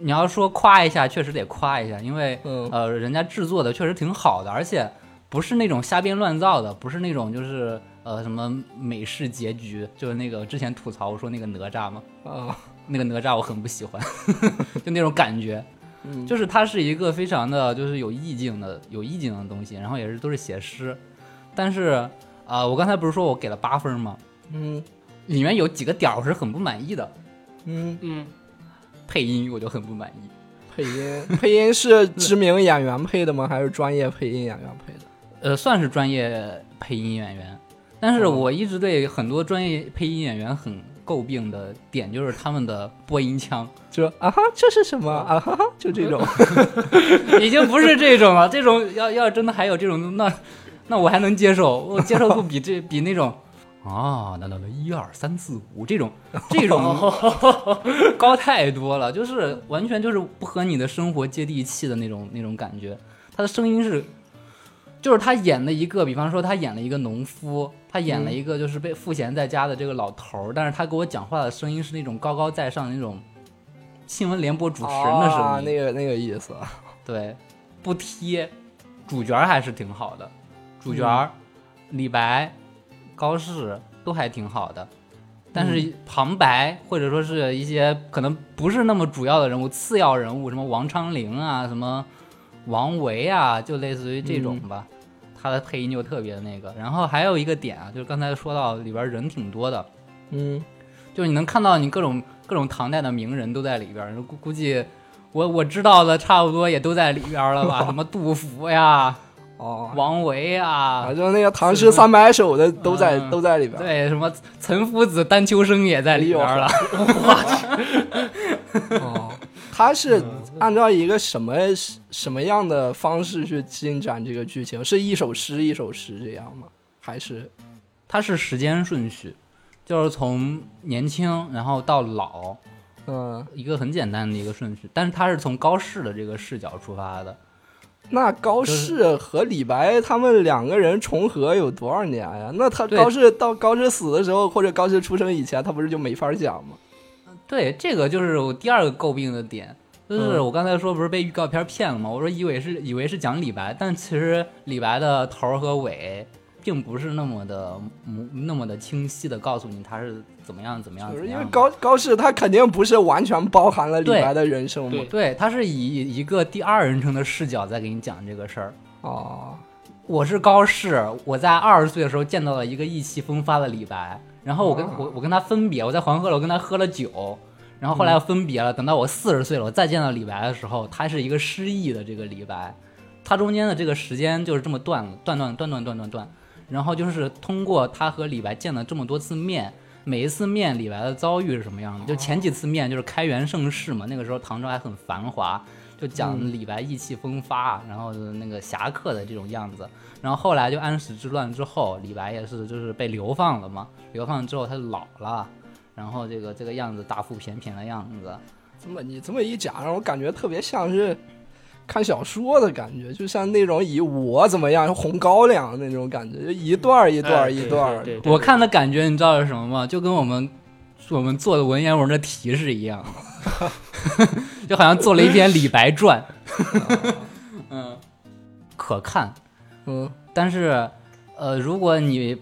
[SPEAKER 2] 你要说夸一下，确实得夸一下，因为
[SPEAKER 3] 嗯
[SPEAKER 2] 呃，人家制作的确实挺好的，而且不是那种瞎编乱造的，不是那种就是呃什么美式结局，就是那个之前吐槽我说那个哪吒嘛，
[SPEAKER 3] 啊，
[SPEAKER 2] 那个哪吒我很不喜欢， 就那种感觉，
[SPEAKER 3] 嗯
[SPEAKER 2] 就是它是一个非常的就是有意境的有意境的东西，然后也是都是写诗，但是啊、呃我刚才不是说我给了八分吗？
[SPEAKER 3] 嗯
[SPEAKER 2] 里面有几个点儿我是很不满意的。
[SPEAKER 3] 嗯，
[SPEAKER 5] 嗯，
[SPEAKER 2] 配音我就很不满意。
[SPEAKER 3] 配音 配音是知名演员配的吗？还是专业配音演员配的？
[SPEAKER 2] 呃，算是专业配音演员，但是我一直对很多专业配音演员很诟病的点就是他们的播音腔，
[SPEAKER 3] 就啊哈，这是什么
[SPEAKER 2] 嗯
[SPEAKER 3] 啊哈哈，就这种。
[SPEAKER 2] 已经不是这种了。这种要要真的还有这种，那那我还能接受，我接受度 比这比那种。啊，那那那一二三四五 这种这种高太多了，就是完全就是不和你的生活接地气的那种那种感觉。他的声音是，就是他演了一个，比方说他演了一个农夫，他演了一
[SPEAKER 3] 嗯
[SPEAKER 2] 个就是被赋闲在家的这个老头儿，但是他给我讲话的声音是那种高高在上的那种新闻联播 主持，那是
[SPEAKER 3] 啊，那个那个意思。
[SPEAKER 2] 对，不贴，主角儿还是挺好的，主角儿、李白、高适都还挺好的，但是旁白或者说是一些可能不是那么主要的人物、次要人物，什么王昌龄啊，什么王维啊，就类似于这种吧。他的配音就特别那个，然后还有一个点啊，就是刚才说到里边儿人挺多的，
[SPEAKER 3] 嗯，
[SPEAKER 2] 就是你能看到你各种各种唐代的名人都在里边儿，估估计我我知道的差不多也都在里边儿了吧？什么杜甫呀、
[SPEAKER 3] 哦，
[SPEAKER 2] 王维呀
[SPEAKER 3] 反，正啊那个《唐诗三百首》的都在
[SPEAKER 2] 嗯
[SPEAKER 3] 都在里边。
[SPEAKER 2] 对，什么岑夫子、丹丘生也在里边儿了。
[SPEAKER 3] 哦，他是
[SPEAKER 2] 嗯
[SPEAKER 3] 按照一个什么什么样的方式去进展这个剧情？是一首诗一首诗这样吗？还是
[SPEAKER 2] 它是时间顺序，就是从年轻然后到老，
[SPEAKER 3] 嗯？
[SPEAKER 2] 一个很简单的一个顺序。但是它是从高适的这个视角出发的，
[SPEAKER 3] 那高适和李白他们两个人重合有多少年呀、那他
[SPEAKER 2] 对
[SPEAKER 3] 高适到高适死的时候，或者高适出生以前，他不是就没法讲吗？
[SPEAKER 2] 对，这个就是我第二个诟病的点，就是
[SPEAKER 3] 嗯
[SPEAKER 2] 我刚才说不是被预告片骗了吗？我说以为是以为是讲李白，但其实李白的头儿和尾并不是那么的模那么的清晰的告诉你他是怎么样怎么样
[SPEAKER 3] 就
[SPEAKER 2] 怎
[SPEAKER 3] 是因
[SPEAKER 2] 么样
[SPEAKER 3] 为
[SPEAKER 2] 的。
[SPEAKER 3] 高高适他肯定不是完全包含了李
[SPEAKER 2] 对
[SPEAKER 3] 白的人生嘛
[SPEAKER 5] 对。
[SPEAKER 2] 对，他是以一个第二人称的视角在给你讲这个事儿。
[SPEAKER 3] 哦，
[SPEAKER 2] 我是高适，我在二十岁的时候见到了一个意气风发的李白，然后我跟
[SPEAKER 3] 啊
[SPEAKER 2] 我我跟他分别，我在黄鹤楼跟他喝了酒，然后后来又分别了。等到我四十岁了，我再见到李白的时候，他是一个失忆的这个李白，他中间的这个时间就是这么断了，断断断断断断断，然后就是通过他和李白见了这么多次面。每一次面，李白的遭遇是什么样的？就前几次面就是开元盛世嘛，那个时候唐朝还很繁华，就讲李白意气风发，然后那个侠客的这种样子。然后后来就安史之乱之后，李白也是就是被流放了嘛，流放之后他就老了，然后这个这个样子大腹便便的样子，
[SPEAKER 3] 这么你这么一讲，让我感觉特别像是看小说的感觉，就像那种以我怎么样红高粱那种感觉，就一段儿一段
[SPEAKER 5] 哎
[SPEAKER 3] 儿一段儿。
[SPEAKER 5] 对对对对
[SPEAKER 2] 我看的感觉你知道是什么吗？就跟我们我们做的文言文的题是一 样的，就好像做了一篇《李 白传》，嗯，可看，
[SPEAKER 3] 嗯，
[SPEAKER 2] 但是，呃，如果你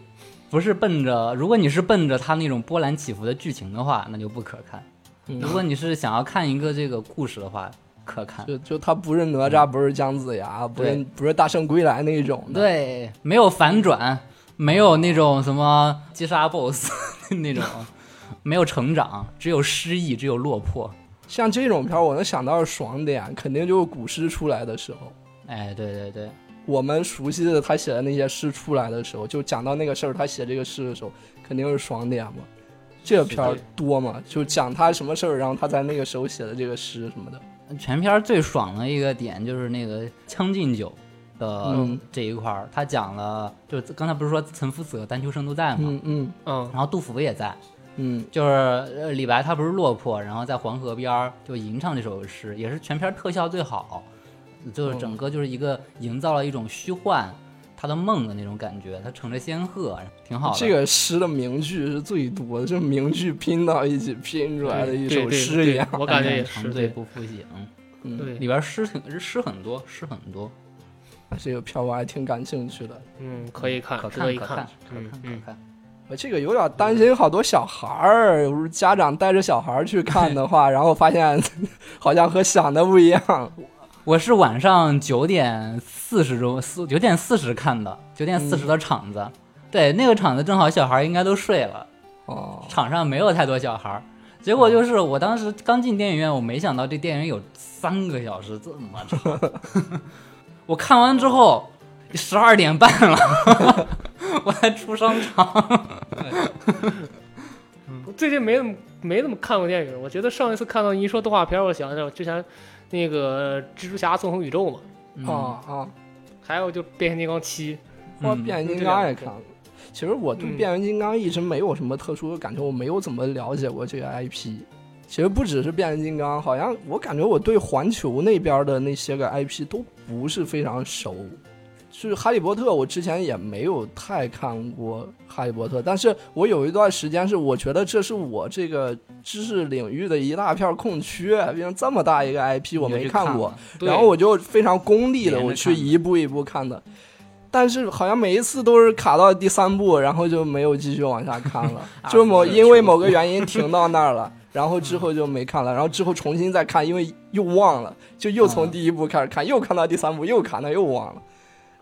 [SPEAKER 2] 不是奔着，如果你是奔着它那种波澜起伏的剧情的话，那就不可看；
[SPEAKER 3] 嗯
[SPEAKER 2] 如果你是想要看一个这个故事的话，可看。
[SPEAKER 3] 就就他不是哪吒，不是姜子牙，不是
[SPEAKER 2] 嗯对
[SPEAKER 3] 不是大圣归来那一种的。
[SPEAKER 2] 对，没有反转，没有那种什么击 杀 BOSS 那种，没有成长，只有失意，只有落魄。
[SPEAKER 3] 像这种片儿，我能想到的爽点，肯定就是古诗出来的时候。
[SPEAKER 2] 哎，对对对，
[SPEAKER 3] 我们熟悉的他写的那些诗出来的时候，就讲到那个事儿，他写这个诗的时候，肯定是爽点嘛。这个片儿
[SPEAKER 5] 是的
[SPEAKER 3] 多嘛，就讲他什么事儿，然后他在那个时候写的这个诗什么的。
[SPEAKER 2] 全片儿最爽的一个点就是那个《将进酒》的
[SPEAKER 3] 嗯
[SPEAKER 2] 这一块儿，他讲了，就是刚才不是说岑夫子和丹丘生都在吗？
[SPEAKER 3] 嗯嗯
[SPEAKER 5] 嗯，
[SPEAKER 2] 然后杜甫也在，
[SPEAKER 3] 嗯，
[SPEAKER 2] 就是呃李白他不是落魄，然后在黄河边儿就吟唱这首诗，也是全片特效最好，就是
[SPEAKER 5] 嗯
[SPEAKER 2] 整个就是一个营造了一种虚幻他的梦的那种感觉，他乘着仙鹤，挺好的。
[SPEAKER 3] 这个诗的名句是最多的，这名句拼到一起拼出来的一首诗一样。
[SPEAKER 5] 对对对我
[SPEAKER 2] 我
[SPEAKER 5] 感觉也是
[SPEAKER 2] 长醉
[SPEAKER 5] 对
[SPEAKER 2] 不复醒，
[SPEAKER 3] 嗯，
[SPEAKER 5] 对，
[SPEAKER 2] 里边诗挺诗很多，诗很多，
[SPEAKER 3] 这个片儿我还挺感兴趣的。
[SPEAKER 5] 嗯，可以看，
[SPEAKER 2] 可
[SPEAKER 5] 值得
[SPEAKER 2] 看
[SPEAKER 5] 一
[SPEAKER 2] 可看可
[SPEAKER 5] 嗯
[SPEAKER 2] 看可
[SPEAKER 5] 嗯，
[SPEAKER 2] 看。
[SPEAKER 3] 我这个有点担心，好多小孩儿，有时候家长带着小孩儿去看的话，然后发现 好像和想的不一样。
[SPEAKER 2] 我是晚上九点四十钟四九点四十看的，九点四
[SPEAKER 5] 嗯
[SPEAKER 2] 十的场子，对那个场子正好小孩儿应该都睡了。
[SPEAKER 3] 哦，
[SPEAKER 2] 场上没有太多小孩儿。结果就是我当时刚进电影院，我没想到这电影有三个小时这么长。 我看完之后十二点半了， 我还出商场。
[SPEAKER 5] 最近没怎么没怎么看过电影，我觉得上一次看到你一说动画片，我想想之前那个蜘蛛侠纵横宇宙嘛，
[SPEAKER 2] 嗯
[SPEAKER 3] 哦哦，
[SPEAKER 5] 还有就变形金刚七，
[SPEAKER 3] 我
[SPEAKER 2] 嗯
[SPEAKER 3] 变形金刚也看了。其实我对变形金刚一直没有什么特殊的感觉，我没有怎么了解过这个 IP。其实不只是变形金刚，好像我感觉我对环球那边的那些个 IP 都不是非常熟。就是哈利波特，我之前也没有太看过哈利波特，但是我有一段时间是我觉得这是我这个知识领域的一大片空缺，毕竟这么大一个 IP 我
[SPEAKER 2] 你就
[SPEAKER 3] 没
[SPEAKER 2] 去
[SPEAKER 3] 看
[SPEAKER 2] 看
[SPEAKER 3] 过
[SPEAKER 2] 了，
[SPEAKER 5] 对
[SPEAKER 3] 然后我就非常功利的，
[SPEAKER 2] 连着
[SPEAKER 3] 我去
[SPEAKER 2] 看的
[SPEAKER 3] 一步一步看的，但是好像每一次都是卡到第三部，然后就没有继续往下看了
[SPEAKER 2] 啊，
[SPEAKER 3] 就某
[SPEAKER 2] 是
[SPEAKER 3] 因为某个原因停到那儿 了，然后之后就没看了，然后之后重新再看，因为又忘了，就又从
[SPEAKER 2] 嗯
[SPEAKER 3] 第一部开始看，又看到第三部，又卡那儿又忘了，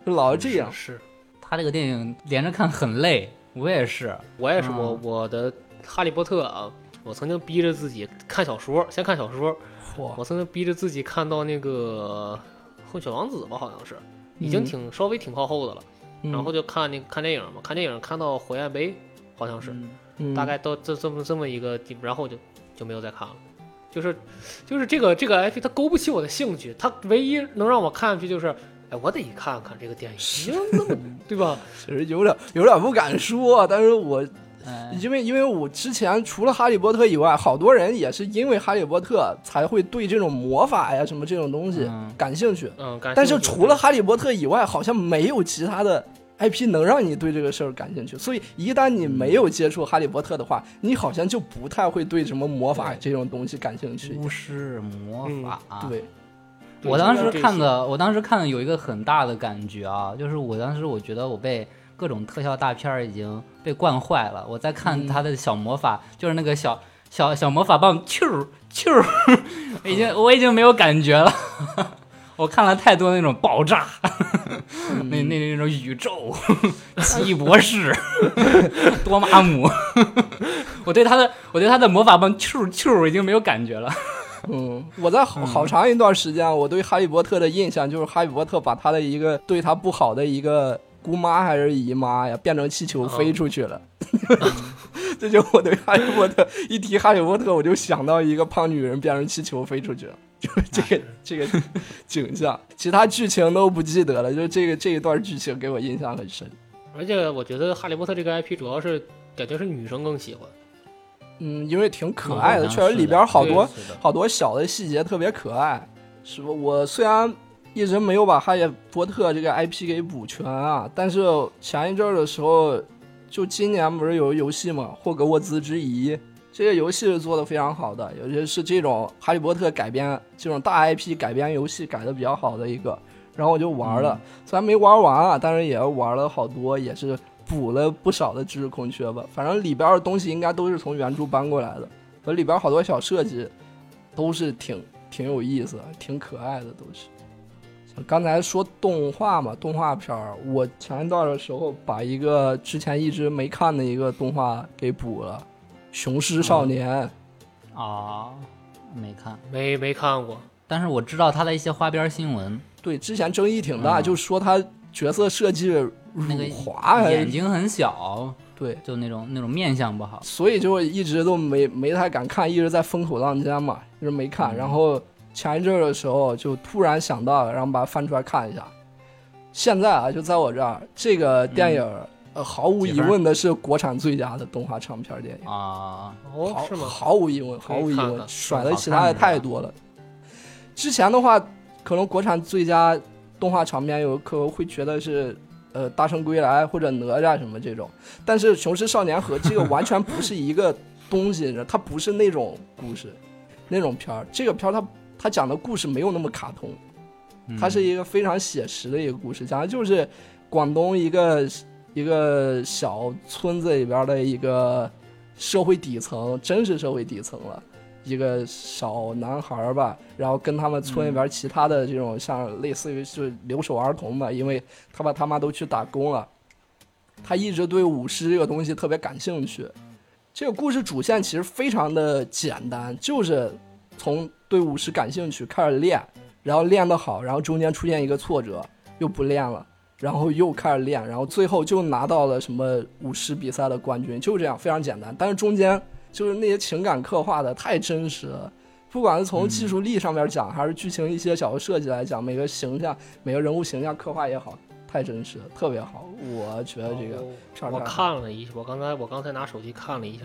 [SPEAKER 3] 就老是这样。
[SPEAKER 5] 是，
[SPEAKER 2] 他这个电影连着看很累，我也是。
[SPEAKER 5] 我也是我
[SPEAKER 3] 啊
[SPEAKER 2] 嗯
[SPEAKER 5] 我的哈利波特啊，我曾经逼着自己看小说，先看小说，
[SPEAKER 3] 哇
[SPEAKER 5] 我曾经逼着自己看到那个混血王子吧，好像是，已经
[SPEAKER 3] 嗯
[SPEAKER 5] 挺稍微挺靠后的了，
[SPEAKER 2] 嗯
[SPEAKER 5] 然后就看那个看电影嘛，看电影看到火焰杯，好像是，
[SPEAKER 2] 嗯
[SPEAKER 3] 嗯
[SPEAKER 5] 大概到这这么这么一个地步，然后我就就没有再看了。就是，就是这个这个 IP 它勾不起我的兴趣，它唯一能让我看下去就是，哎，我得看看这个电影，已经 那么对吧？
[SPEAKER 3] 其实有点有点不敢说，但是我
[SPEAKER 2] 哎
[SPEAKER 3] 因为因为我之前除了哈利波特以外，好多人也是因为哈利波特才会对这种魔法呀什么这种东西
[SPEAKER 2] 嗯
[SPEAKER 3] 感兴趣。
[SPEAKER 5] 嗯，感
[SPEAKER 3] 但是
[SPEAKER 5] 兴趣
[SPEAKER 3] 除了哈利波特以外，好像没有其他的 IP 能让你对这个事儿感兴趣。所以一旦你没有接触哈利波特的话，你好像就不太会对什么魔法这种东西感兴趣。
[SPEAKER 2] 巫师魔法、
[SPEAKER 3] 嗯对，
[SPEAKER 5] 对
[SPEAKER 2] 我当
[SPEAKER 5] 这
[SPEAKER 2] 时
[SPEAKER 5] 个这
[SPEAKER 2] 看
[SPEAKER 5] 个
[SPEAKER 2] 的，我当时看的有一个很大的感觉啊，就是我当时我觉得我被各种特效大片儿已经被惯坏了。我在
[SPEAKER 5] 嗯
[SPEAKER 2] 看他的小魔法，就是那个小小小魔法棒，啾啾， 已
[SPEAKER 5] 哦
[SPEAKER 2] 经我已经没有感觉了。 我看了太多那种爆炸，
[SPEAKER 5] 嗯
[SPEAKER 2] 那那那种宇宙，奇异博士， 多玛姆， 我对他的我对他的魔法棒啾啾已经没有感觉了。
[SPEAKER 3] 嗯，我在好好长一段时间，我对哈利波特的印象就是哈利波特把他的一个对他不好的一个姑妈还是姨妈呀，变成气球
[SPEAKER 2] 嗯
[SPEAKER 3] 飞出去了。 这就我对哈利波特一提哈利波特，我就想到一个胖女人变成气球飞出去了， 就是这个这个景象，其他剧情都不记得了，就这个这一段剧情给我印象很深。
[SPEAKER 5] 而且我觉得《哈利波特》这个 IP 主要是感觉是女生更喜欢，
[SPEAKER 3] 嗯，因为挺可
[SPEAKER 2] 嗯
[SPEAKER 3] 爱的，
[SPEAKER 2] 好像
[SPEAKER 3] 确实
[SPEAKER 2] 是
[SPEAKER 3] 里
[SPEAKER 2] 的
[SPEAKER 3] 边好
[SPEAKER 5] 对
[SPEAKER 3] 多
[SPEAKER 5] 是的
[SPEAKER 3] 好多小的细节特别可爱，是吧？我虽然一直没有把《哈利波特》这个 IP 给补全啊，但是前一阵儿的时候，就今年不是有游戏嘛，《霍格沃兹之遗》这个游戏是做的非常好的，尤其是这种《哈利波特》改编这种大 IP 改编游戏改的比较好的一个，然后我就玩了，虽然没玩完啊，但是也玩了好多，也是补了不少的知识空缺吧。反正里边的东西应该都是从原著搬过来的，和里边好多小设计都是挺挺有意思、挺可爱的，都是。像刚才说动画嘛，动画片儿，我前一段的时候把一个之前一直没看的一个动画给补了，《雄狮少年》
[SPEAKER 2] 啊，没看，
[SPEAKER 5] 哦没没看过，
[SPEAKER 2] 但是我知道他的一些花边新闻，
[SPEAKER 3] 对，之前争议挺大，
[SPEAKER 2] 嗯
[SPEAKER 3] 就说他角色设计辱
[SPEAKER 2] 那个
[SPEAKER 3] 华哎还是，
[SPEAKER 2] 眼睛很小，
[SPEAKER 3] 对，
[SPEAKER 2] 就那种那种面相不好。
[SPEAKER 3] 所以就一直都没没太敢看，一直在风口浪尖嘛，一直没看。然后前一阵儿的时候就突然想到，然后把它翻出来看一下。现在啊，就在我这儿，这个电影、呃，毫无疑问的是国产最佳的动画长片电影，
[SPEAKER 2] 啊，
[SPEAKER 5] 哦，
[SPEAKER 3] 毫
[SPEAKER 5] 是吗？
[SPEAKER 3] 毫无疑问，毫无疑
[SPEAKER 5] 可以看
[SPEAKER 3] 问，
[SPEAKER 5] 看
[SPEAKER 3] 甩了其他的太多了。之前的话，可能国产最佳动画长片有可能会觉得是。呃，大圣归来或者哪吒什么这种，但是《雄狮少年》和这个完全不是一个东西，你 知道它不是那种故事，那种片儿。这个片儿它它讲的故事没有那么卡通，
[SPEAKER 2] 嗯
[SPEAKER 3] 它是一个非常写实的一个故事，讲的就是广东一个一个小村子里边的一个社会底层，真是社会底层了。一个小男孩儿吧，然后跟他们村里边其他的这种像类似于就是留守儿童吧，因为他爸他妈都去打工了，他一直对舞狮这个东西特别感兴趣。这个故事主线其实非常的简单，就是从对舞狮感兴趣开始练，然后练得好，然后中间出现一个挫折，又不练了，然后又开始练，然后最后就拿到了什么舞狮比赛的冠军，就这样非常简单。但是中间就是那些情感刻画的太真实了，不管是从技术力上面讲，还是剧情一些小的设计来讲，每个形象、每个人物形象刻画也好，太真实了，特别好。我觉得这个
[SPEAKER 5] 哦
[SPEAKER 3] 片儿
[SPEAKER 5] 我
[SPEAKER 3] 太好
[SPEAKER 5] 看了一，我刚才我刚才拿手机看了一下，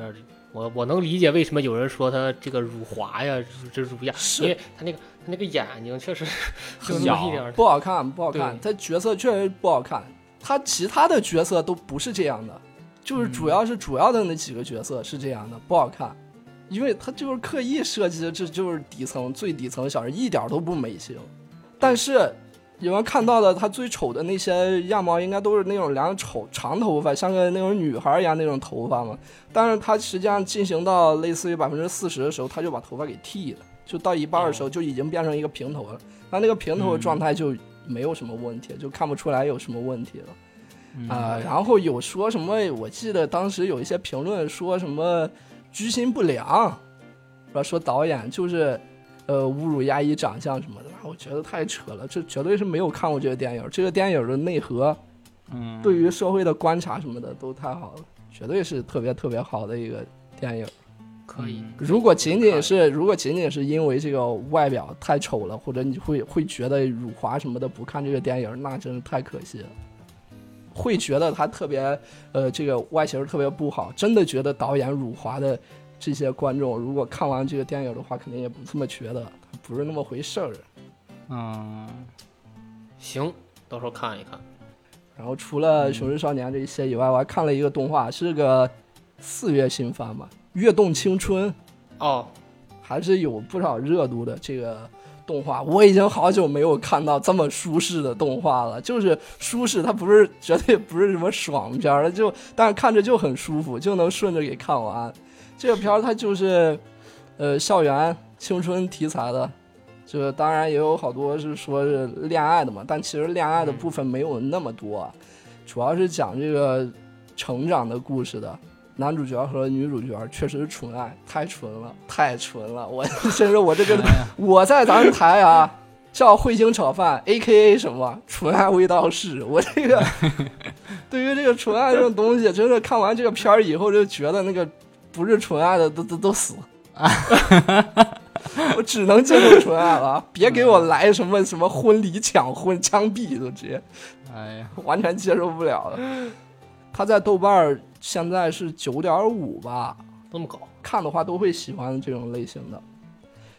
[SPEAKER 5] 我我能理解为什么有人说他这个辱华呀，这辱亚，
[SPEAKER 3] 是
[SPEAKER 5] 因为他那个他那个眼睛确实就
[SPEAKER 2] 很
[SPEAKER 5] 那么
[SPEAKER 2] 小
[SPEAKER 5] 一点儿，
[SPEAKER 3] 不好看，不好看，
[SPEAKER 5] 对
[SPEAKER 3] 他角色确实不好看，他其他的角色都不是这样的，就是主
[SPEAKER 5] 嗯
[SPEAKER 3] 要是主要的那几个角色是这样的，不好看，因为他就是刻意设计的，这就是底层最底层的小人，一点都不美型。但是有人看到的他最丑的那些样貌，应该都是那种两丑长头发，像个那种女孩一样那种头发嘛。但是他实际上进行到类似于百分之四十的时候，他就把头发给剃了，就到一半的
[SPEAKER 5] 哦
[SPEAKER 3] 时候就已经变成一个平头了。那那个平头的状态就没有什么问题，就看不出来有什么问题了。
[SPEAKER 2] 嗯
[SPEAKER 3] 啊、然后有说什么？我记得当时有一些评论说什么居心不良，说说导演就是呃侮辱压抑长相什么的，啊我觉得太扯了，这绝对是没有看过这个电影，这个电影的内核
[SPEAKER 2] 嗯，
[SPEAKER 3] 对于社会的观察什么的都太好了，绝对是特别特别好的一个电影。
[SPEAKER 5] 可以。
[SPEAKER 3] 如果仅仅
[SPEAKER 5] 看
[SPEAKER 3] 是如果仅仅是因为这个外表太丑了，或者你会会觉得辱华什么的，不看这个电影，那真是太可惜了。会觉得他特别呃，这个外形特别不好，真的觉得导演辱华的这些观众，如果看完这个电影的话，肯定也不这么觉得，不是那么回事儿。
[SPEAKER 2] 嗯，
[SPEAKER 5] 行，到时候看一看。
[SPEAKER 3] 然后除了《雄狮少年》这些以外，我还看了一个动画，是个四月新番嘛，《跃动青春》。
[SPEAKER 5] 哦，
[SPEAKER 3] 还是有不少热度的这个动画，我已经好久没有看到这么舒适的动画了。就是舒适，它不是绝对不是什么爽片儿，就但是看着就很舒服，就能顺着给看完。这个片儿它就是，呃，校园青春题材的，就是当然也有好多是说是恋爱的嘛，但其实恋爱的部分没有那么多，主要是讲这个成长的故事的。男主角和女主角确实纯爱，太纯了，太纯了！我 甚至我这个
[SPEAKER 2] 哎呀
[SPEAKER 3] 我在咱们台啊 叫汇京炒饭，A K A 什么纯爱味道是，我这个对于这个纯爱这种东西，真的看完这个片儿以后就觉得那个不是纯爱的都都都死啊！我只能接受纯爱了啊，别给我来什么什么婚礼抢婚枪毙，都直接
[SPEAKER 2] 哎呀，
[SPEAKER 3] 完全接受不了了。他在豆瓣儿现在是九点五吧，
[SPEAKER 5] 那么搞，
[SPEAKER 3] 看的话都会喜欢这种类型的。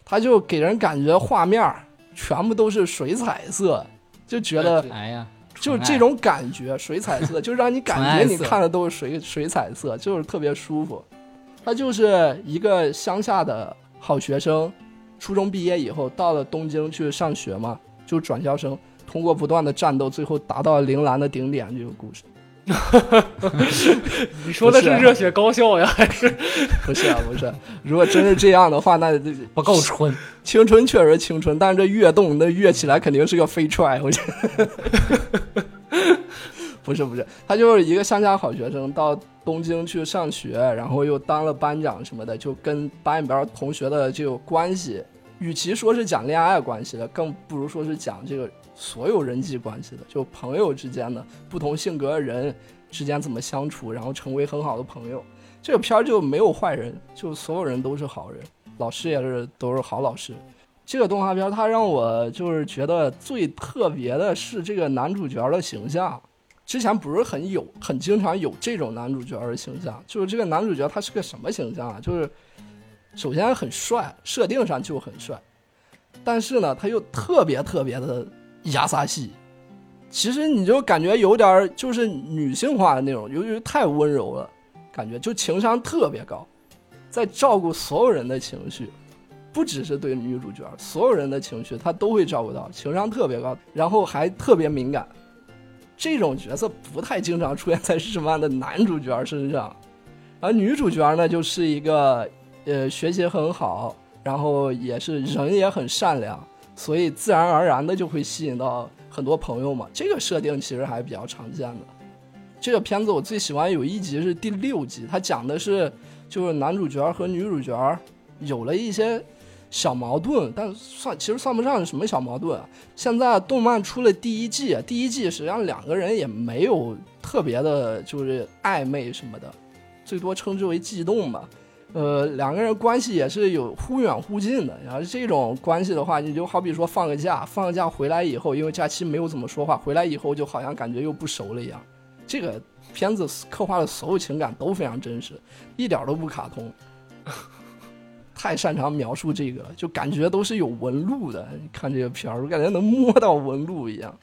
[SPEAKER 3] 它就给人感觉画面儿全部都是水彩色，就觉得
[SPEAKER 5] 对
[SPEAKER 2] 哎呀，
[SPEAKER 3] 就是
[SPEAKER 2] 纯爱
[SPEAKER 3] 这种感觉，水彩色就让你感觉你看的都是水水彩色，就是特别舒服。他就是一个乡下的好学生，初中毕业以后到了东京去上学嘛，就转校生，通过不断的战斗，最后达到铃兰的顶点。这个故事
[SPEAKER 5] 你说的是啊
[SPEAKER 3] 不是
[SPEAKER 5] 热血高校 呀，还是
[SPEAKER 3] 不是啊，不是，如果真是这样的话，那这
[SPEAKER 2] 不够纯，
[SPEAKER 3] 青春确实青春，但是这跃动那跃起来肯定是个飞踹，我觉得。 不是不是，他就是一个乡下好学生，到东京去上学，然后又当了班长什么的，就跟班里边同学的这个关系，与其说是讲恋爱关系的，更不如说是讲这个所有人际关系的，就朋友之间的不同性格的人之间怎么相处，然后成为很好的朋友。这个片儿就没有坏人，就所有人都是好人。老师也是都是好老师。这个动画片儿它让我就是觉得最特别的是这个男主角的形象，之前不是很有很经常有这种男主角的形象，就是这个男主角他是个什么形象啊？就是首先很帅，设定上就很帅，但是呢他又特别特别的亚萨系。其实你就感觉有点儿就是女性化的那种，由于太温柔了，感觉就情商特别高。在照顾所有人的情绪，不只是对女主角，所有人的情绪他都会照顾到，情商特别高，然后还特别敏感。这种角色不太经常出现在日漫的男主角身上，而女主角呢，就是一个呃学习很好，然后也是人也很善良，所以自然而然的就会吸引到很多朋友嘛。这个设定其实还比较常见的。这个片子我最喜欢有一集是第六集，它讲的是就是男主角和女主角有了一些小矛盾，但算其实算不上是什么小矛盾啊。现在动漫出了第一季，啊第一季实际上两个人也没有特别的，就是暧昧什么的，最多称之为悸动吧。呃，两个人关系也是有忽远忽近的。然后这种关系的话，你就好比说放个假，放个假回来以后，因为假期没有怎么说话，回来以后就好像感觉又不熟了一样。这个片子刻画的所有情感都非常真实，一点儿都不卡通，太擅长描述这个了，就感觉都是有纹路的。你看这个片儿，我感觉能摸到纹路一样。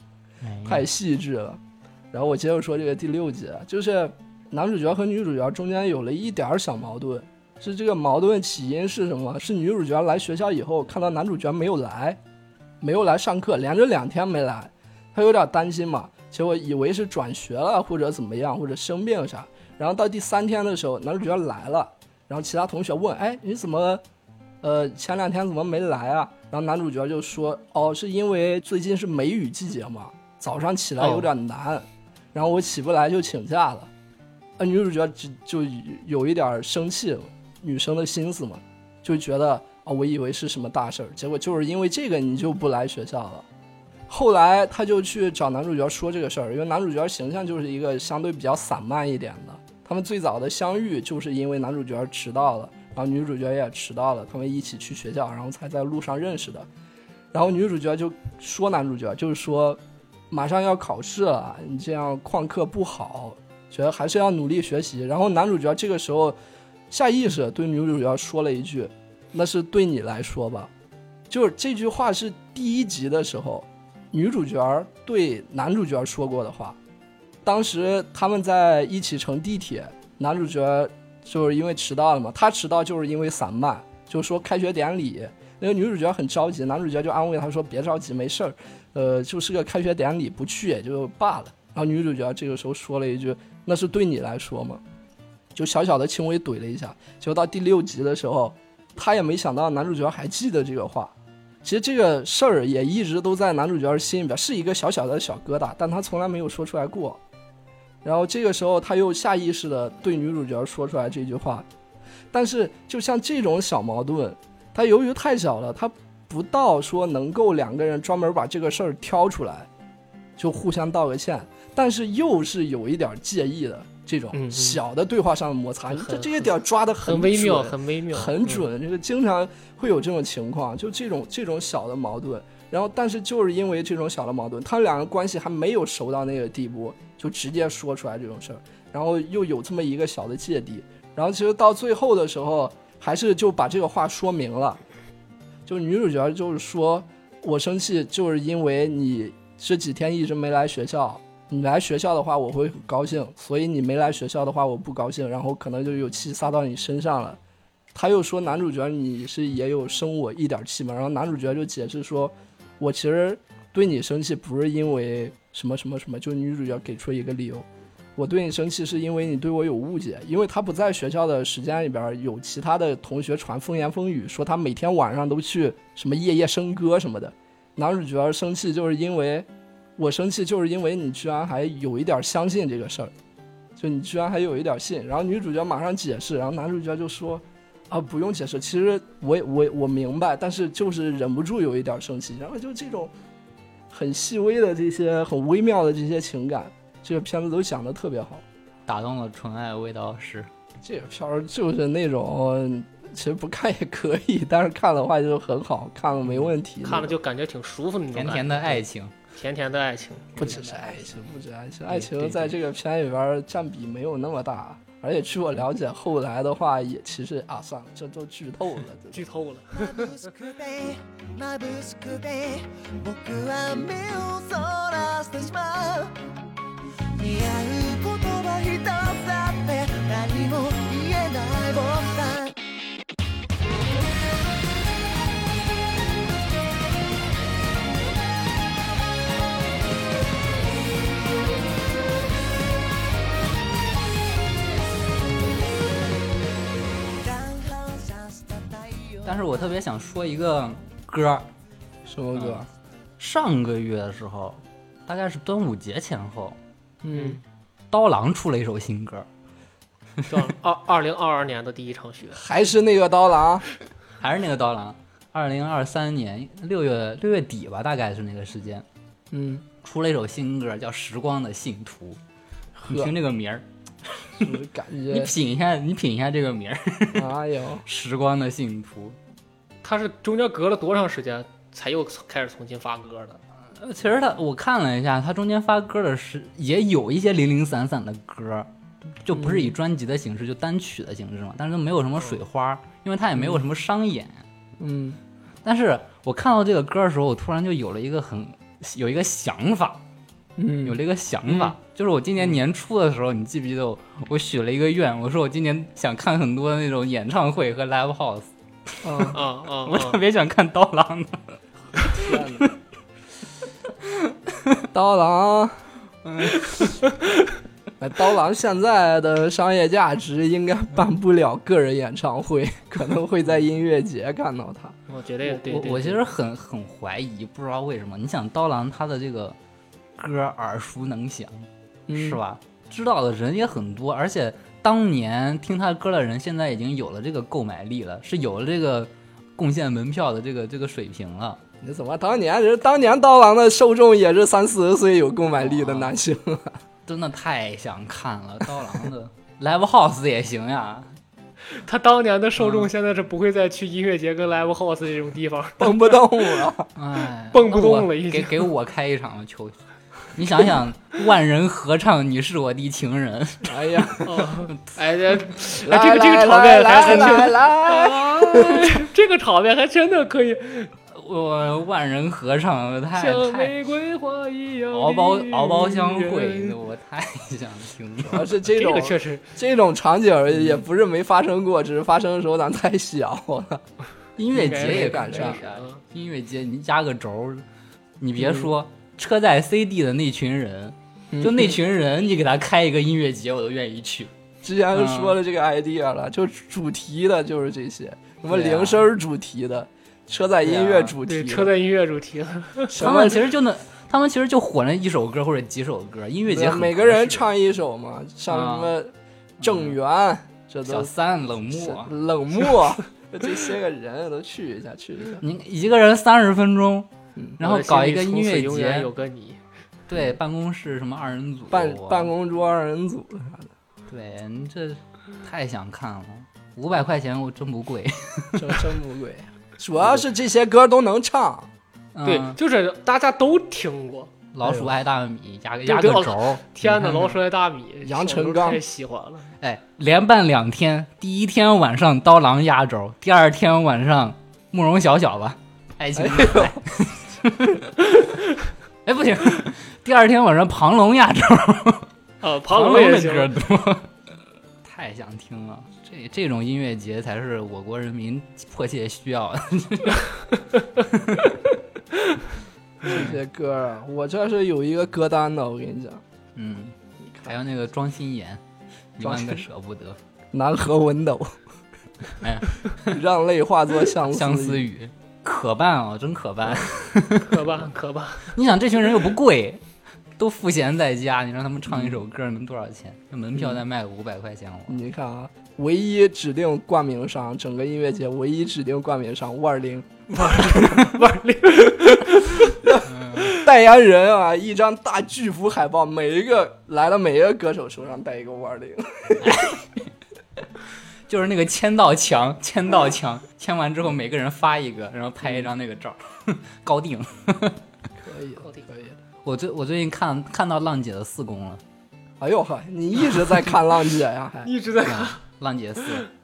[SPEAKER 2] 哎
[SPEAKER 3] 太
[SPEAKER 2] 呀
[SPEAKER 3] 细致了。然后我接着说这个第六集，啊就是男主角和女主角中间有了一点儿小矛盾，是这个矛盾起因是什么？是女主角来学校以后看到男主角没有来，没有来上课，连着两天没来，她有点担心嘛，结果以为是转学了或者怎么样，或者生病啥。然后到第三天的时候，男主角来了，然后其他同学问：“哎，你怎么，呃，前两天怎么没来啊？”然后男主角就说：“哦，是因为最近是梅雨季节嘛，早上起来有点难，然后我起不来就请假了。”呃，女主角就就有一点生气了，女生的心思嘛，就觉得啊、我以为是什么大事儿，结果就是因为这个你就不来学校了。后来他就去找男主角说这个事儿，因为男主角形象就是一个相对比较散漫一点的。他们最早的相遇就是因为男主角迟到了，然后女主角也迟到了，他们一起去学校，然后才在路上认识的。然后女主角就说男主角就是说，马上要考试了，你这样旷课不好，觉得还是要努力学习。然后男主角这个时候下意识地对女主角说了一句：“那是对你来说吧。”就是这句话是第一集的时候，女主角对男主角说过的话。当时他们在一起乘地铁，男主角就是因为迟到了嘛，他迟到就是因为散漫，就说开学典礼，那个女主角很着急，男主角就安慰她说：“别着急，没事儿，呃，就是个开学典礼，不去也就罢了。”然后女主角这个时候说了一句：“那是对你来说吗？”就小小的轻微怼了一下。结果到第六集的时候，她也没想到男主角还记得这个话。其实这个事儿也一直都在男主角心里边，是一个小小的小疙瘩，但他从来没有说出来过。然后这个时候，他又下意识的对女主角说出来这句话，但是就像这种小矛盾，他由于太小了，他不到说能够两个人专门把这个事儿挑出来，就互相道个歉，但是又是有一点介意的这种
[SPEAKER 5] 嗯嗯
[SPEAKER 3] 小的对话上的摩擦，
[SPEAKER 5] 很
[SPEAKER 3] 这这一点抓的
[SPEAKER 5] 很微妙，
[SPEAKER 3] 准
[SPEAKER 5] 很微妙，
[SPEAKER 3] 很
[SPEAKER 5] 嗯。
[SPEAKER 3] 准，这个经常会有这种情况，就这种这种小的矛盾，然后但是就是因为这种小的矛盾，他们两个关系还没有熟到那个地步，就直接说出来这种事儿，然后又有这么一个小的芥蒂，然后其实到最后的时候，还是就把这个话说明了，就女主角就是说我生气就是因为你这几天一直没来学校。你来学校的话，我会很高兴；所以你没来学校的话，我不高兴，然后可能就有气撒到你身上了。他又说男主角你是也有生我一点气嘛，然后男主角就解释说，我其实对你生气不是因为什么什么什么，就女主角给出一个理由，我对你生气是因为你对我有误解，因为他不在学校的时间里边有其他的同学传风言风语，说他每天晚上都去什么夜夜笙歌什么的，男主角生气就是因为我生气就是因为你居然还有一点相信这个事儿，就你居然还有一点信，然后女主角马上解释，然后男主角就说。啊，不用解释，其实我也我也我明白，但是就是忍不住有一点生气，然后就这种很细微的这些很微妙的这些情感，这个片子都讲得特别好。
[SPEAKER 2] 打动了纯爱味道是
[SPEAKER 3] 这个片儿就是那种其实不看也可以，但是看的话就很好，看了没问题。
[SPEAKER 5] 看了就感觉挺舒服的那种感
[SPEAKER 2] 甜
[SPEAKER 5] 觉，
[SPEAKER 2] 甜的爱情，
[SPEAKER 5] 甜甜的爱情，
[SPEAKER 3] 不只是爱情，不止爱情，爱
[SPEAKER 2] 对
[SPEAKER 3] 情
[SPEAKER 2] 对
[SPEAKER 3] 在这个片里边儿占比没有那么大，而且据我了解，后来的话也其实啊，算了，这都剧透了，这
[SPEAKER 5] 剧透了。
[SPEAKER 7] 眩しくて眩しくて僕は目をそらしてしまう似合う言葉一つだって何も言えない僕さん
[SPEAKER 2] 但是我特别想说一个歌儿，
[SPEAKER 3] 什么歌？
[SPEAKER 2] 上个月的时候，大概是端午节前后，
[SPEAKER 5] 嗯，
[SPEAKER 2] 刀郎出了一首新歌，
[SPEAKER 5] 叫二二零二二年的第一场雪，
[SPEAKER 3] 还是那个刀郎？啊
[SPEAKER 2] 还是那个刀郎，二零二三年六月六月底吧，大概是那个时间，
[SPEAKER 3] 嗯，
[SPEAKER 2] 出了一首新歌叫《时光的信徒》，你
[SPEAKER 3] 呵
[SPEAKER 2] 听这个名儿，
[SPEAKER 3] 就是感
[SPEAKER 2] 你
[SPEAKER 3] 觉，
[SPEAKER 2] 品一下，你品一下这个名儿，《
[SPEAKER 3] 哎呦，
[SPEAKER 2] 时光的信徒》。
[SPEAKER 5] 他是中间隔了多长时间才又开始重新发歌的？
[SPEAKER 2] 呃，其实他我看了一下，他中间发歌的是也有一些零零散散的歌，就不是以专辑的形式，就单曲的形式嘛，但是都没有什么水花，因为他也没有什么商演。
[SPEAKER 3] 嗯，
[SPEAKER 2] 但是我看到这个歌的时候，我突然就有了一个很有一个想法，
[SPEAKER 3] 嗯
[SPEAKER 2] 有了一个想法，就是我
[SPEAKER 5] 嗯
[SPEAKER 2] 今年年初的时候，你记不记得我我许了一个愿，我说我今年想看很多那种演唱会和 live house，
[SPEAKER 3] 啊，
[SPEAKER 5] 啊啊
[SPEAKER 2] 我特
[SPEAKER 5] 啊！
[SPEAKER 2] 别想看刀郎的。
[SPEAKER 3] 天哪！刀郎， 嗯，刀郎现在的商业价值应该办不了个人演唱会， 可能会在音乐节看到他。
[SPEAKER 5] 我觉得也对
[SPEAKER 2] 我
[SPEAKER 5] 对
[SPEAKER 2] 我
[SPEAKER 5] 对
[SPEAKER 2] 其实很很怀疑，不知道为什么。你想刀郎他的这个歌耳熟能详，
[SPEAKER 3] 嗯
[SPEAKER 2] 是吧？知道的人也很多，而且当年听他歌的人现在已经有了这个购买力了，是有了这个贡献门票的这个这个水平了。
[SPEAKER 3] 你怎么当年人当年刀郎的受众也是三四十岁有购买力的男啊性？
[SPEAKER 2] 真的太想看了刀郎的 live house 也行呀，
[SPEAKER 5] 他当年的受
[SPEAKER 2] 嗯
[SPEAKER 5] 众现在是不会再去音乐节跟 live house 这种 地方。
[SPEAKER 3] 蹦不动了。
[SPEAKER 2] 哎，
[SPEAKER 5] 蹦不动了
[SPEAKER 2] 那我
[SPEAKER 5] 已经
[SPEAKER 2] 给给我开一场吧，求求你想想，万人合唱《你是我的情人》，
[SPEAKER 3] 哎呀，
[SPEAKER 2] 哦
[SPEAKER 5] 哎， 这哎
[SPEAKER 3] 来
[SPEAKER 5] 这个这个场面还
[SPEAKER 3] 来
[SPEAKER 5] 还
[SPEAKER 3] 来
[SPEAKER 5] 真，
[SPEAKER 3] 来，
[SPEAKER 5] 哎 这个场面还真的可以，
[SPEAKER 2] 我万人合唱太
[SPEAKER 5] 像
[SPEAKER 2] 太
[SPEAKER 5] 玫瑰花一样。
[SPEAKER 2] 敖包敖包相会，。我太想听
[SPEAKER 3] 主要
[SPEAKER 2] 了。
[SPEAKER 3] 啊是这
[SPEAKER 5] 这
[SPEAKER 3] 种
[SPEAKER 5] 个确实，
[SPEAKER 3] 这种场景也不是没发生过，只是发生的时候咱太小了。
[SPEAKER 2] 音乐节也
[SPEAKER 3] 赶上
[SPEAKER 2] 可以啊
[SPEAKER 5] 嗯
[SPEAKER 2] 音乐节你压个轴儿，你别说、车载 CD 的那群人，
[SPEAKER 3] 嗯
[SPEAKER 2] 就那群人，你给他开一个音乐节，我都愿意去。
[SPEAKER 3] 之前就说了这个
[SPEAKER 5] 嗯
[SPEAKER 3] idea 了，就主题的就是这些，什么铃声主题的，车载音乐主题
[SPEAKER 5] 啊对，
[SPEAKER 3] 的，
[SPEAKER 5] 车载音乐主题，
[SPEAKER 3] 什
[SPEAKER 2] 他
[SPEAKER 3] 么
[SPEAKER 2] 们其实就能，他们其实就火了一首歌或者几首歌，音乐节很
[SPEAKER 3] 每个
[SPEAKER 2] 合
[SPEAKER 3] 人
[SPEAKER 2] 适
[SPEAKER 3] 唱一首嘛，像什
[SPEAKER 5] 啊
[SPEAKER 3] 么郑源，这
[SPEAKER 2] 小
[SPEAKER 3] 都是
[SPEAKER 2] 三冷
[SPEAKER 5] 啊
[SPEAKER 2] 漠，
[SPEAKER 3] 冷漠， 这些个人都去一下，去一下。
[SPEAKER 5] 嗯
[SPEAKER 2] 你一个人三十分钟
[SPEAKER 3] 嗯，
[SPEAKER 2] 然后搞一个
[SPEAKER 5] 我的心
[SPEAKER 2] 音
[SPEAKER 5] 里从此
[SPEAKER 2] 乐
[SPEAKER 5] 永远有
[SPEAKER 2] 节，
[SPEAKER 5] 个你。
[SPEAKER 2] 对，办公室什么二人组，
[SPEAKER 3] 办
[SPEAKER 5] 啊
[SPEAKER 2] 哇
[SPEAKER 3] 办，公桌二人 组，
[SPEAKER 2] 对你这太想看了，五百块钱我真不贵。
[SPEAKER 3] 真真不贵。主要是这些歌都能唱，
[SPEAKER 5] 对，
[SPEAKER 2] 嗯
[SPEAKER 5] 就是大家都听过。
[SPEAKER 2] 老鼠爱大米，压个
[SPEAKER 5] 对
[SPEAKER 2] 压
[SPEAKER 5] 对
[SPEAKER 2] 个
[SPEAKER 5] 哦
[SPEAKER 2] 轴儿，
[SPEAKER 5] 天
[SPEAKER 2] 你
[SPEAKER 5] 哪，
[SPEAKER 2] 看看
[SPEAKER 5] 老鼠爱大米，
[SPEAKER 3] 杨
[SPEAKER 5] 小时候
[SPEAKER 3] 成刚
[SPEAKER 5] 太喜欢了。
[SPEAKER 2] 哎，连办两天，第一天晚上刀郎压轴，第二天晚上慕容小小吧，爱情
[SPEAKER 3] 哎
[SPEAKER 2] 哎哎不行，第二天晚上庞龙压轴，
[SPEAKER 5] 啊，庞
[SPEAKER 2] 庞
[SPEAKER 5] 龙也
[SPEAKER 2] 的
[SPEAKER 5] 行。
[SPEAKER 2] 歌多， 太想听了。这这种音乐节才是我国人民迫切需要的。
[SPEAKER 3] 这些歌啊，我这是有一个歌单的，我跟你讲，
[SPEAKER 2] 嗯，还有那个庄心妍，一
[SPEAKER 3] 庄
[SPEAKER 2] 万
[SPEAKER 3] 心
[SPEAKER 2] 个舍不得，
[SPEAKER 3] 南河文斗，
[SPEAKER 2] 哎，
[SPEAKER 3] 让泪化作相
[SPEAKER 2] 相思
[SPEAKER 3] 思雨，
[SPEAKER 2] 雨，可办啊、真可办。
[SPEAKER 5] 可吧可吧，
[SPEAKER 2] 你想这群人又不贵，都赋闲在家，你让他们唱一首歌能多少钱？那门票再卖个五百块钱，我
[SPEAKER 3] 你看啊，唯一指定冠名商，整个音乐节唯一指定冠名商五二 零，
[SPEAKER 5] 万 里
[SPEAKER 3] 代言人啊，一张大巨幅海报，每一个来了每一个歌手手上带一个五二零，
[SPEAKER 2] 就是那个签到墙，签到墙，签完之后每个人发一个，然后拍一张那个照， 高定。
[SPEAKER 3] 可以的
[SPEAKER 5] 好的
[SPEAKER 3] 可以的。
[SPEAKER 2] 我最我最近看看到浪姐的四公了，
[SPEAKER 3] 哎呦呵，你一直在看浪姐 呀、还
[SPEAKER 5] 一直在看。
[SPEAKER 2] 浪姐四，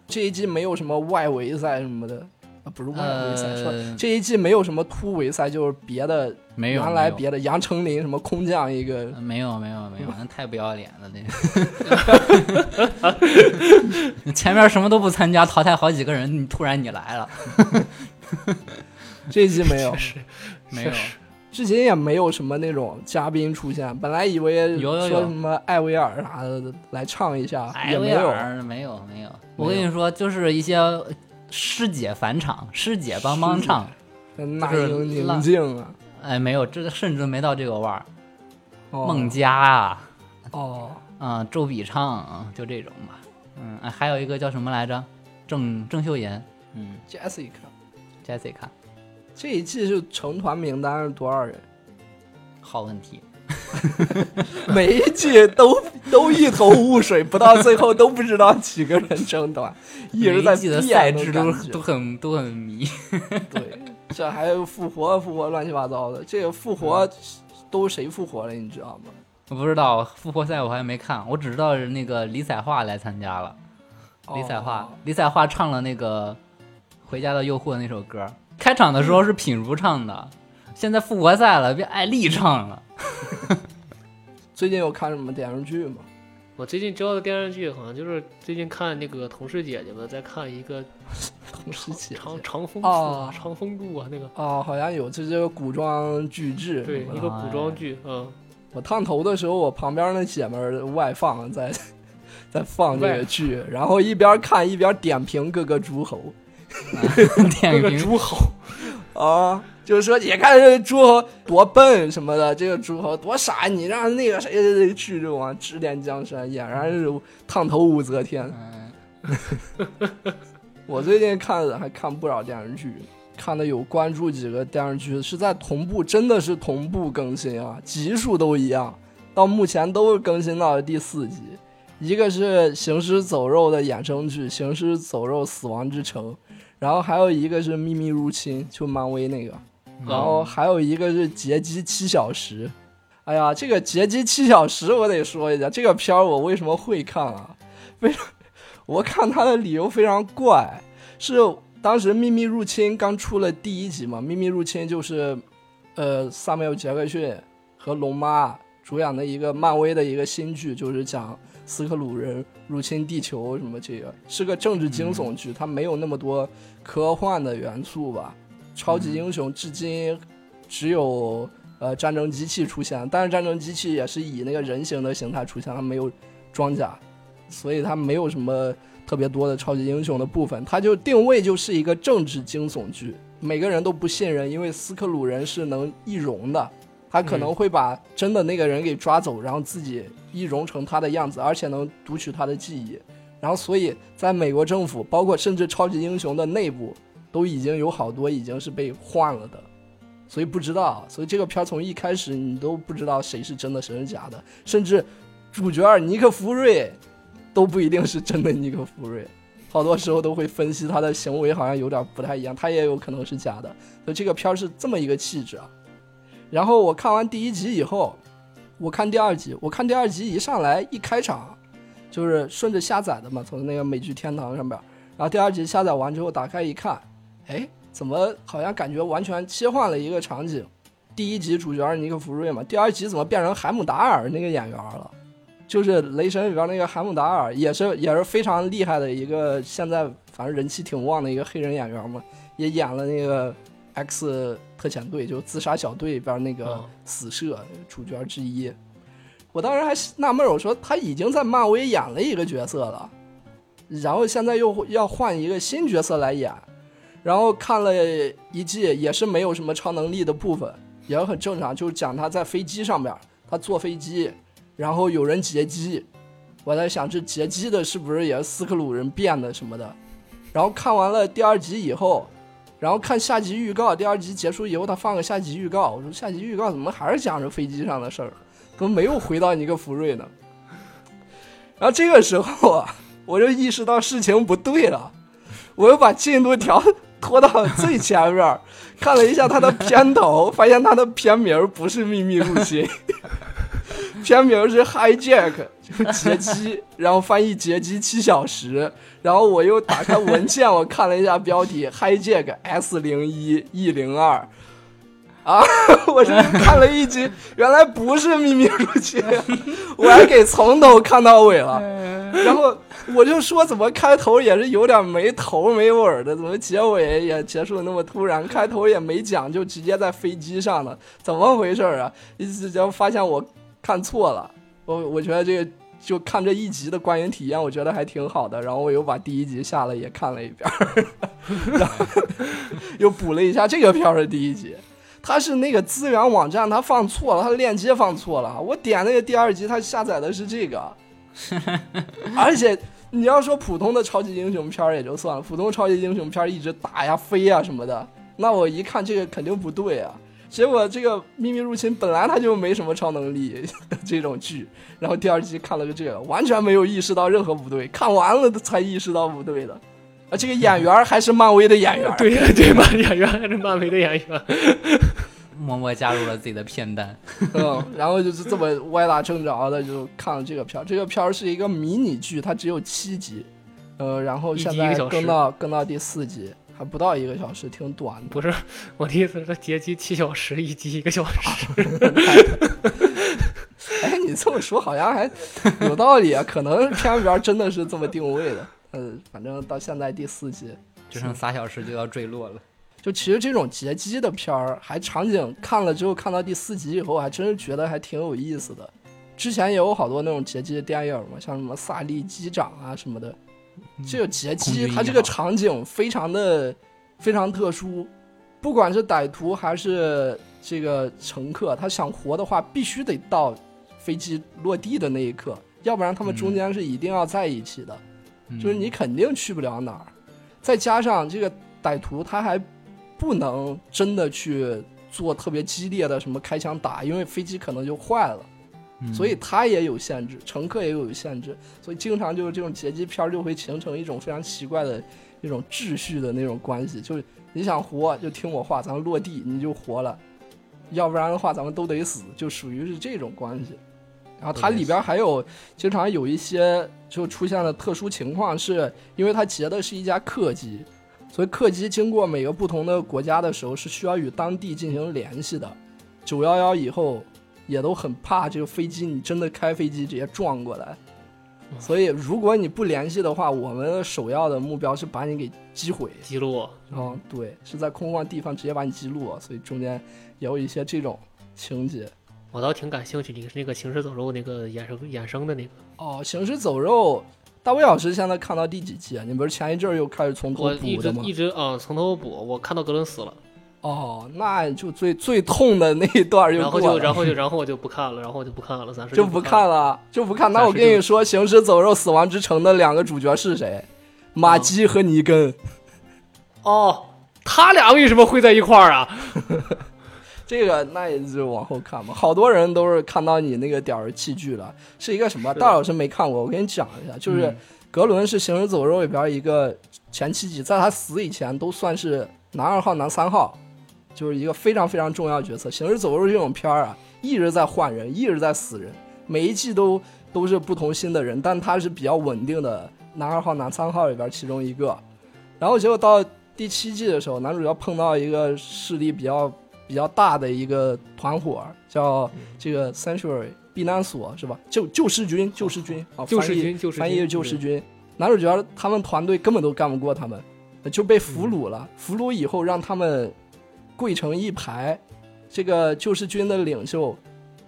[SPEAKER 3] 这一季没有什么外围赛什么的。啊，不是外围赛，
[SPEAKER 2] 呃
[SPEAKER 3] 说这一季没有什么突围赛，就是别的
[SPEAKER 2] 没有，
[SPEAKER 3] 原来
[SPEAKER 2] 没有
[SPEAKER 3] 别的杨丞琳什么空降一个
[SPEAKER 2] 呃没有没有没有，那太不要脸了那个。 前面什么都不参加，淘汰好几个人，你突然你来了，
[SPEAKER 3] 这一季没有，
[SPEAKER 2] 没有，
[SPEAKER 3] 至今也没有什么那种嘉宾出现。本来以为
[SPEAKER 2] 有有
[SPEAKER 3] 说
[SPEAKER 2] 有
[SPEAKER 3] 什么艾薇儿啥的来唱一下，
[SPEAKER 2] 艾
[SPEAKER 3] 啊也没
[SPEAKER 2] 薇
[SPEAKER 3] 有。
[SPEAKER 2] 儿哎没有没有，我跟你说，就是一些师姐返场，师姐帮帮唱，
[SPEAKER 3] 那
[SPEAKER 2] 就是
[SPEAKER 3] 英宁
[SPEAKER 2] 浪
[SPEAKER 3] 静啊，
[SPEAKER 2] 哎，没有，这甚至没到这个腕儿。
[SPEAKER 3] 哦
[SPEAKER 2] 孟佳啊，
[SPEAKER 3] 哦，
[SPEAKER 2] 啊、周笔畅啊，就这种吧。嗯，哎还有一个叫什么来着？郑郑秀妍，嗯
[SPEAKER 3] Jessica，
[SPEAKER 2] ，Jessica，
[SPEAKER 3] 这一季是成团名单是多少人？
[SPEAKER 2] 好问题。
[SPEAKER 3] 每一季都都一头雾水，不到最后都不知道几个人成团，一直在
[SPEAKER 2] 每季的
[SPEAKER 3] 变
[SPEAKER 2] 赛
[SPEAKER 3] 那
[SPEAKER 2] 制
[SPEAKER 3] 种
[SPEAKER 2] 都
[SPEAKER 3] 感觉
[SPEAKER 2] 都很都很迷。
[SPEAKER 3] 对， 这还有复活复活乱七八糟的，这个复活都谁复活了，你知道吗？
[SPEAKER 2] 我不知道复活赛我还没看，我只知道是那个李彩桦来参加了。李彩桦
[SPEAKER 3] 哦，
[SPEAKER 2] 李彩桦唱了那个《回家的诱惑》那首歌，开场的时候是品如唱的，现在复活赛了，变艾丽唱了。
[SPEAKER 3] 最近有看什么电视剧吗？
[SPEAKER 5] 我最近知道的电视剧好像就是最近看那个同事姐姐们，在看一个
[SPEAKER 3] 同时姐
[SPEAKER 5] 长
[SPEAKER 3] 姐
[SPEAKER 5] 长风
[SPEAKER 3] 哦
[SPEAKER 5] 树、长风渡啊，那个
[SPEAKER 3] 哦，好像有，这就是古装巨制。
[SPEAKER 5] 对
[SPEAKER 3] 什么
[SPEAKER 5] 一
[SPEAKER 3] 的
[SPEAKER 5] 个古装剧，嗯，
[SPEAKER 3] 我烫头的时候，我旁边那姐们儿外放在 在放这个剧，然后一边看一边点评各个诸侯
[SPEAKER 2] 点
[SPEAKER 5] 那个
[SPEAKER 2] 评
[SPEAKER 5] 诸侯，
[SPEAKER 3] 啊，就是说你看这个诸侯多笨什么的，这个诸侯多傻，你让那个谁谁谁去这王指点江山，俨然是烫头武则天。
[SPEAKER 2] 嗯，
[SPEAKER 3] 我最近看的还看不少电视剧，看的有关注几个电视剧是在同步，真的是同步更新啊，集数都一样，到目前都是更新到了第四集。一个是《行尸走肉》的衍生剧《行尸走肉：死亡之城》，然后还有一个是《秘密入侵》，就漫威那个，然后还有一个是《劫机七小时》。哎呀，这个《劫机七小时》我得说一下，这个片儿我为什么会看啊？为什我看它的理由非常怪，是当时《秘密入侵》刚出了第一集嘛，《秘密入侵》就是，呃，萨缪尔·杰克逊和龙妈主演的一个漫威的一个新剧，就是讲斯克鲁人入侵地球什么这个，是个政治惊悚剧，它没有那么多科幻的元素吧。超级英雄至今只有呃战争机器出现，但是战争机器也是以那个人形的形态出现，它没有装甲，所以它没有什么特别多的超级英雄的部分，它就定位就是一个政治惊悚剧，每个人都不信任，因为斯克鲁人是能易容的，他可能会把真的那个人给抓走，然后自己易容成他的样子，而且能读取他的记忆，然后所以在美国政府，包括甚至超级英雄的内部，都已经有好多已经是被换了的。所以不知道，所以这个片儿从一开始你都不知道谁是真的，谁是假的，甚至主角儿尼克·福瑞都不一定是真的尼克·福瑞，好多时候都会分析他的行为好像有点不太一样，他也有可能是假的。所以这个片儿是这么一个气质啊。然后我看完第一集以后，我看第二集，我看第二集一上来一开场，就是顺着下载的嘛，从那个美剧天堂上边儿，然后第二集下载完之后打开一看，哎，怎么好像感觉完全切换了一个场景？第一集主角是尼克·福瑞嘛，第二集怎么变成海姆达尔那个演员了？就是《雷神》里边那个海姆达尔，也是也是非常厉害的一个，现在反正人气挺旺的一个黑人演员嘛，也演了那个《X 特遣队》就《自杀小队》里边那个
[SPEAKER 5] 嗯
[SPEAKER 3] 死射主角之一。我当时还纳闷儿，我说他已经在漫威演了一个角色了，然后现在又要换一个新角色来演，然后看了一季，也是没有什么超能力的部分，也很正常，就是讲他在飞机上面，他坐飞机，然后有人劫机，我在想这劫机的是不是也是斯克鲁人变的什么的？然后看完了第二集以后，然后看下集预告，第二集结束以后他放个下集预告，我说下集预告怎么还是讲着飞机上的事儿，怎么没有回到尼克福瑞呢？ 然后这个时候啊，我就意识到事情不对了，我又把进度条 拖到最前面儿，看了一下他的片头，发现他的片名儿不是《秘密入侵》。片名是 hijack，就是劫机，然后翻译劫机七小时，然后我又打开文件，我看了一下标题 hijack S 零一 E 零二，啊，我这看了一集，原来不是秘密入侵，我还给从头看到尾了，然后我就说怎么开头也是有点没头没尾儿的，怎么结尾也结束得那么突然，开头也没讲就直接在飞机上了，怎么回事儿啊？一直就发现我看错了。我我觉得这个就看这一集的观影体验，我觉得还挺好的。然后我又把第一集下了也看了一遍儿，然后又补了一下这个片儿的第一集。它是那个资源网站，它放错了，它链接放错了。我点那个第二集，它下载的是这个，而且你要说普通的超级英雄片儿也就算了，普通超级英雄片儿一直打呀、飞呀什么的，那我一看这个肯定不对啊。结果这个《秘密入侵》本来它就没什么超能力的这种剧，然后第二季看了个这个，完全没有意识到任何不对，看完了才意识到不对的。啊，这个演员儿还是漫威的演员儿，
[SPEAKER 5] 对呀、对吧？演员还是漫威的演员，
[SPEAKER 2] 默默加入了自己的片单。
[SPEAKER 3] 嗯，然后就是这么歪打正着的就看了这个片儿。这个片儿是一个迷你剧，它只有七集，呃，然后
[SPEAKER 5] 一集
[SPEAKER 3] 现
[SPEAKER 5] 一
[SPEAKER 3] 在
[SPEAKER 5] 个小时
[SPEAKER 3] 更到更到第四集，还不到一个小时，挺短的。
[SPEAKER 5] 不是我的意思是，他劫机七小时，一集一个小时，
[SPEAKER 3] 哎，你这么说好像还有道理啊，可能片源真的是这么定位的。嗯，反正到现在第四集，
[SPEAKER 2] 只剩仨小时就要坠落了。
[SPEAKER 3] 就其实这种劫机的片儿，还场景看了之后，看到第四集以后，还真是觉得还挺有意思的。之前也有好多那种劫机的电影嘛，像什么《萨利机长》啊什么的。这个劫
[SPEAKER 2] 空
[SPEAKER 3] 机，
[SPEAKER 2] 嗯军一
[SPEAKER 3] 它这个
[SPEAKER 2] 号
[SPEAKER 3] 场景非常的非常特殊，不管是歹徒还是这个乘客，他想活的话，必须得到飞机落地的那一刻，要不然他们中
[SPEAKER 2] 嗯
[SPEAKER 3] 间是一定要在一起的。
[SPEAKER 2] 嗯
[SPEAKER 3] 就是你肯定去不了哪儿。再加上这个歹徒他还不能真的去做特别激烈的什么开枪打，因为飞机可能就坏了，
[SPEAKER 2] 嗯
[SPEAKER 3] 所以他也有限制，乘客也有限制，所以经常就是这种劫机片儿就会形成一种非常奇怪的一种秩序的那种关系，就是你想活就听我话，咱们落地你就活了，要不然的话咱们都得死，就属于是这种关系。然后它里边还有经常有一些就出现了特殊情况，是因为它劫的是一家客机，所以客机经过每个不同的国家的时候是需要与当地进行联系的。九幺幺以后也都很怕这个飞机，你真的开飞机直接撞过来，
[SPEAKER 5] 嗯
[SPEAKER 3] 所以如果你不联系的话，我们首要的目标是把你给击毁。
[SPEAKER 5] 记录，
[SPEAKER 3] 嗯，对，是在空旷地方直接把你击落，所以中间也有一些这种情节。
[SPEAKER 5] 我倒挺感兴趣，你是那个《行尸走肉》那个衍生衍生的那个，
[SPEAKER 3] 哦，行尸走肉，大卫老师现在看到第几季啊？你不是前一阵儿又开始从头
[SPEAKER 5] 我一
[SPEAKER 3] 补
[SPEAKER 5] 直
[SPEAKER 3] 的吗？
[SPEAKER 5] 一直啊、从头补，我看到格伦死了，
[SPEAKER 3] 哦，那就最最痛的那一段儿又
[SPEAKER 5] 然后
[SPEAKER 3] 过
[SPEAKER 5] 就
[SPEAKER 3] 了
[SPEAKER 5] 然后就然后我就不看了，然后我就不看了，暂时
[SPEAKER 3] 就
[SPEAKER 5] 不
[SPEAKER 3] 不
[SPEAKER 5] 看
[SPEAKER 3] 看
[SPEAKER 5] 了。
[SPEAKER 3] 了，就不看。那我
[SPEAKER 5] 暂时
[SPEAKER 3] 跟
[SPEAKER 5] 就
[SPEAKER 3] 你说，《行尸走肉》《死亡之城》的两个主角是谁？马基和尼根，
[SPEAKER 5] 啊哦，他俩为什么会在一块儿啊？
[SPEAKER 3] 这个那也就往后看吧。好多人都是看到你那个点儿弃剧了，是一个什么？
[SPEAKER 5] 是
[SPEAKER 3] 大老师没看过，我跟你讲一下，就是
[SPEAKER 2] 嗯
[SPEAKER 3] 格伦是《行尸走肉》里边一个前七集，在他死以前都算是男二号、男三号，就是一个非常非常重要的角色。《行尸走肉》这种片儿啊，一直在换人，一直在死人，每一季都都是不同新的人，但他是比较稳定的男二号、男三号里边其中一个。然后结果到第七季的时候，男主角碰到一个势力比较比较大的一个团伙，叫这个 Sanctuary 避难所是吧？救救世军，救世军啊，
[SPEAKER 5] 哦救
[SPEAKER 3] 翻
[SPEAKER 5] 世
[SPEAKER 3] 译
[SPEAKER 5] 军救世
[SPEAKER 3] 翻
[SPEAKER 5] 军
[SPEAKER 3] 译救世军。男主角他们团队根本都干不过他们，就被俘虏
[SPEAKER 5] 嗯
[SPEAKER 3] 了。俘虏以后让他们跪成一排，这个救世军的领袖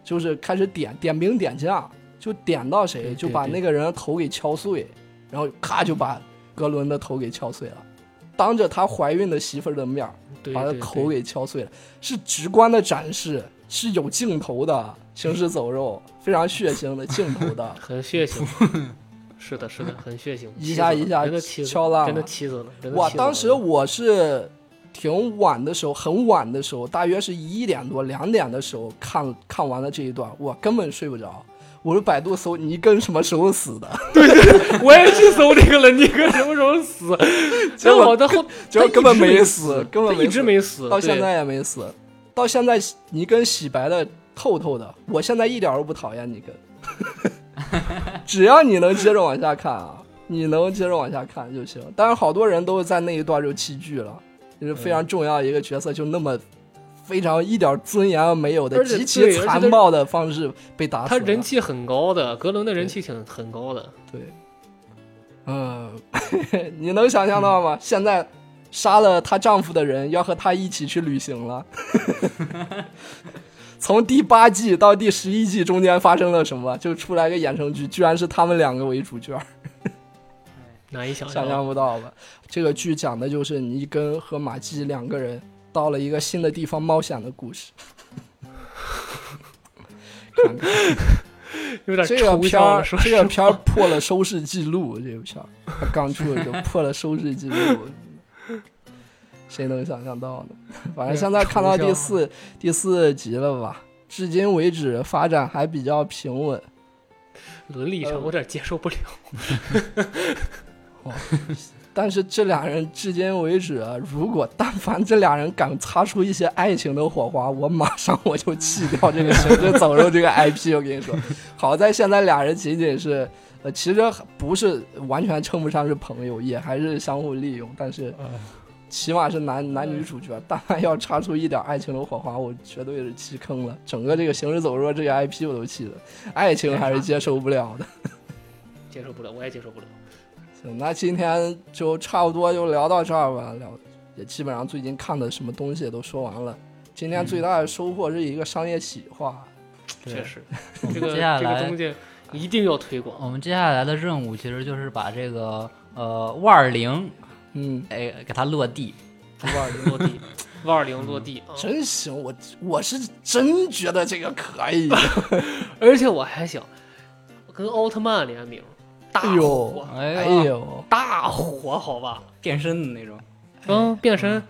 [SPEAKER 3] 就是开始点点兵点将，就点到
[SPEAKER 5] 对
[SPEAKER 3] 谁
[SPEAKER 5] 对
[SPEAKER 3] 就把
[SPEAKER 5] 对
[SPEAKER 3] 那个人的头给敲碎，然后咔就把格伦的头给敲碎了，当着他怀孕的媳妇儿的面儿
[SPEAKER 5] 对
[SPEAKER 3] 把他
[SPEAKER 5] 对
[SPEAKER 3] 口
[SPEAKER 5] 对，
[SPEAKER 3] 给敲碎了，是直观的展示，是有镜头的，行尸走肉非常血腥的镜头的
[SPEAKER 5] 很 血腥，是的，是的，很血腥，
[SPEAKER 3] 一下
[SPEAKER 5] 气死了
[SPEAKER 3] 一下
[SPEAKER 5] 真的气死
[SPEAKER 3] 敲烂了
[SPEAKER 5] 真的气死了，真的
[SPEAKER 3] 哇！
[SPEAKER 5] 气死了
[SPEAKER 3] 当时我是挺晚的时候，很晚的时候，大约是一点多、两点的时候看看完了这一段，我根本睡不着。我是百度搜尼根什么时候死的，
[SPEAKER 5] 我也去搜这个了，你哥什么时候死？
[SPEAKER 3] 结果
[SPEAKER 5] 但我的后
[SPEAKER 3] 结果
[SPEAKER 5] 他
[SPEAKER 3] 根本
[SPEAKER 5] 一直没
[SPEAKER 3] 死， 根本
[SPEAKER 5] 他一直没
[SPEAKER 3] 死
[SPEAKER 5] 死，
[SPEAKER 3] 到现
[SPEAKER 5] 对
[SPEAKER 3] 在也没死，到现在尼根洗白的透透的，我现在一点儿都不讨厌尼根， 只要你能接着往下看啊，你能接着往下看就行。但是好多人都是在那一段就弃剧了，就是非
[SPEAKER 5] 嗯
[SPEAKER 3] 常重要一个角色，就那么非常一点尊严没有的
[SPEAKER 5] 而且
[SPEAKER 3] 极
[SPEAKER 5] 对
[SPEAKER 3] 其
[SPEAKER 5] 而且他
[SPEAKER 3] 残暴的方式被打死
[SPEAKER 5] 他
[SPEAKER 3] 了。
[SPEAKER 5] 人气很高的，格伦的人气挺很高的，
[SPEAKER 3] 对，嗯， 你能想象到吗？现在杀了她丈夫的人要和她一起去旅行了。 从第八季到第十一季中间发生了什么？就出来个衍生剧，居然是他们两个为主角，
[SPEAKER 5] 难以想
[SPEAKER 3] 想
[SPEAKER 5] 象。
[SPEAKER 3] 象不到吧？这个剧讲的就是尼根和马基两个人到了一个新的地方冒险的故事。 看看
[SPEAKER 5] 有点
[SPEAKER 3] 这个
[SPEAKER 5] 抽
[SPEAKER 3] 片
[SPEAKER 5] 象了，
[SPEAKER 3] 儿
[SPEAKER 5] 说，
[SPEAKER 3] 这
[SPEAKER 5] 实
[SPEAKER 3] 个
[SPEAKER 5] 话
[SPEAKER 3] 片儿破了收视记录，这个片儿它刚出的时候破了收视记录，谁能想象到呢？反正现在看
[SPEAKER 5] 啊
[SPEAKER 3] 到第四第四集了吧，至今为止发展还比较平稳。
[SPEAKER 5] 伦理上
[SPEAKER 3] 呃
[SPEAKER 5] 有点接受不了。
[SPEAKER 3] 但是这俩人至今为止啊，如果但凡这俩人敢擦出一些爱情的火花，我马上我就弃掉这个《行尸走肉》这个 IP。我跟你说，好在现在俩人仅仅是，呃，其实不是完全称不上是朋友，也还是相互利用，但是。起码是男男女主角，但凡要擦出一点爱情的火花，我绝对是弃坑了。整个这个《行尸走肉》这个 IP 我都弃了，爱情还是接受不了的。
[SPEAKER 5] 接受不了，我也接受不了。
[SPEAKER 3] 行，那今天就差不多就聊到这儿吧，聊也基本上最近看的什么东西也都说完了。今天最大的收获是一个商业企划，
[SPEAKER 2] 对
[SPEAKER 5] 确实，
[SPEAKER 2] 我
[SPEAKER 5] 这
[SPEAKER 2] 们
[SPEAKER 5] 个
[SPEAKER 2] 接下
[SPEAKER 5] 这个
[SPEAKER 2] 来
[SPEAKER 5] 东西一定要推
[SPEAKER 3] 哦
[SPEAKER 5] 广。
[SPEAKER 2] 我们接下来的任务其实就是把这个呃万儿零
[SPEAKER 3] 嗯，
[SPEAKER 2] 哎给它落地。
[SPEAKER 5] 万二零 落地，万二零落地啊！
[SPEAKER 3] 真行，我我是真觉得这个可以，
[SPEAKER 5] 而且我还想跟奥特曼联名，大
[SPEAKER 3] 哎呦
[SPEAKER 5] 火，
[SPEAKER 2] 哎
[SPEAKER 3] 哎
[SPEAKER 2] 呀，
[SPEAKER 3] 呦，
[SPEAKER 5] 大火，好吧？
[SPEAKER 2] 变身的那种。
[SPEAKER 5] 嗯，变身，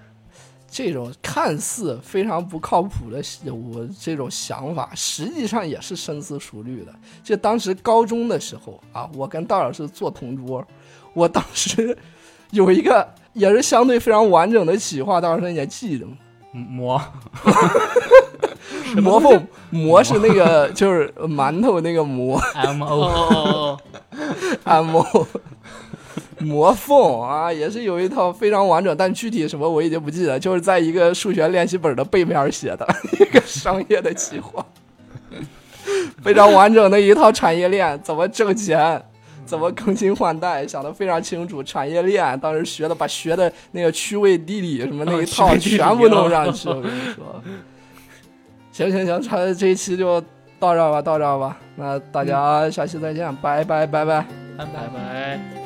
[SPEAKER 3] 这种看似非常不靠谱的我这种想法，实际上也是深思熟虑的。就当时高中的时候啊，我跟大老师做同桌，我当时 有一个也是相对非常完整的企划，大老师你还记得吗？
[SPEAKER 2] 魔
[SPEAKER 3] 魔凤魔是那个就是馒头那个魔
[SPEAKER 2] M
[SPEAKER 5] 哦
[SPEAKER 2] O
[SPEAKER 5] 哦哦哦，
[SPEAKER 3] 按摩魔凤啊，也是有一套非常完整，但具体什么我已经不记得，就是在一个数学练习本的背面写的 一个商业的 计划，非常完整的一套产业链，怎么挣钱，怎么更新换代，想得非常清楚。产业链当时学的，把学的那个区位地理什么那一
[SPEAKER 2] 哦
[SPEAKER 3] 套
[SPEAKER 2] 区位地理
[SPEAKER 3] 全部弄上去。我跟你 说，行行行，咱这一期就
[SPEAKER 2] 嗯
[SPEAKER 3] 到这儿吧，到这儿吧。那大家下期再见，拜拜拜拜。
[SPEAKER 2] 拜拜
[SPEAKER 5] 拜拜。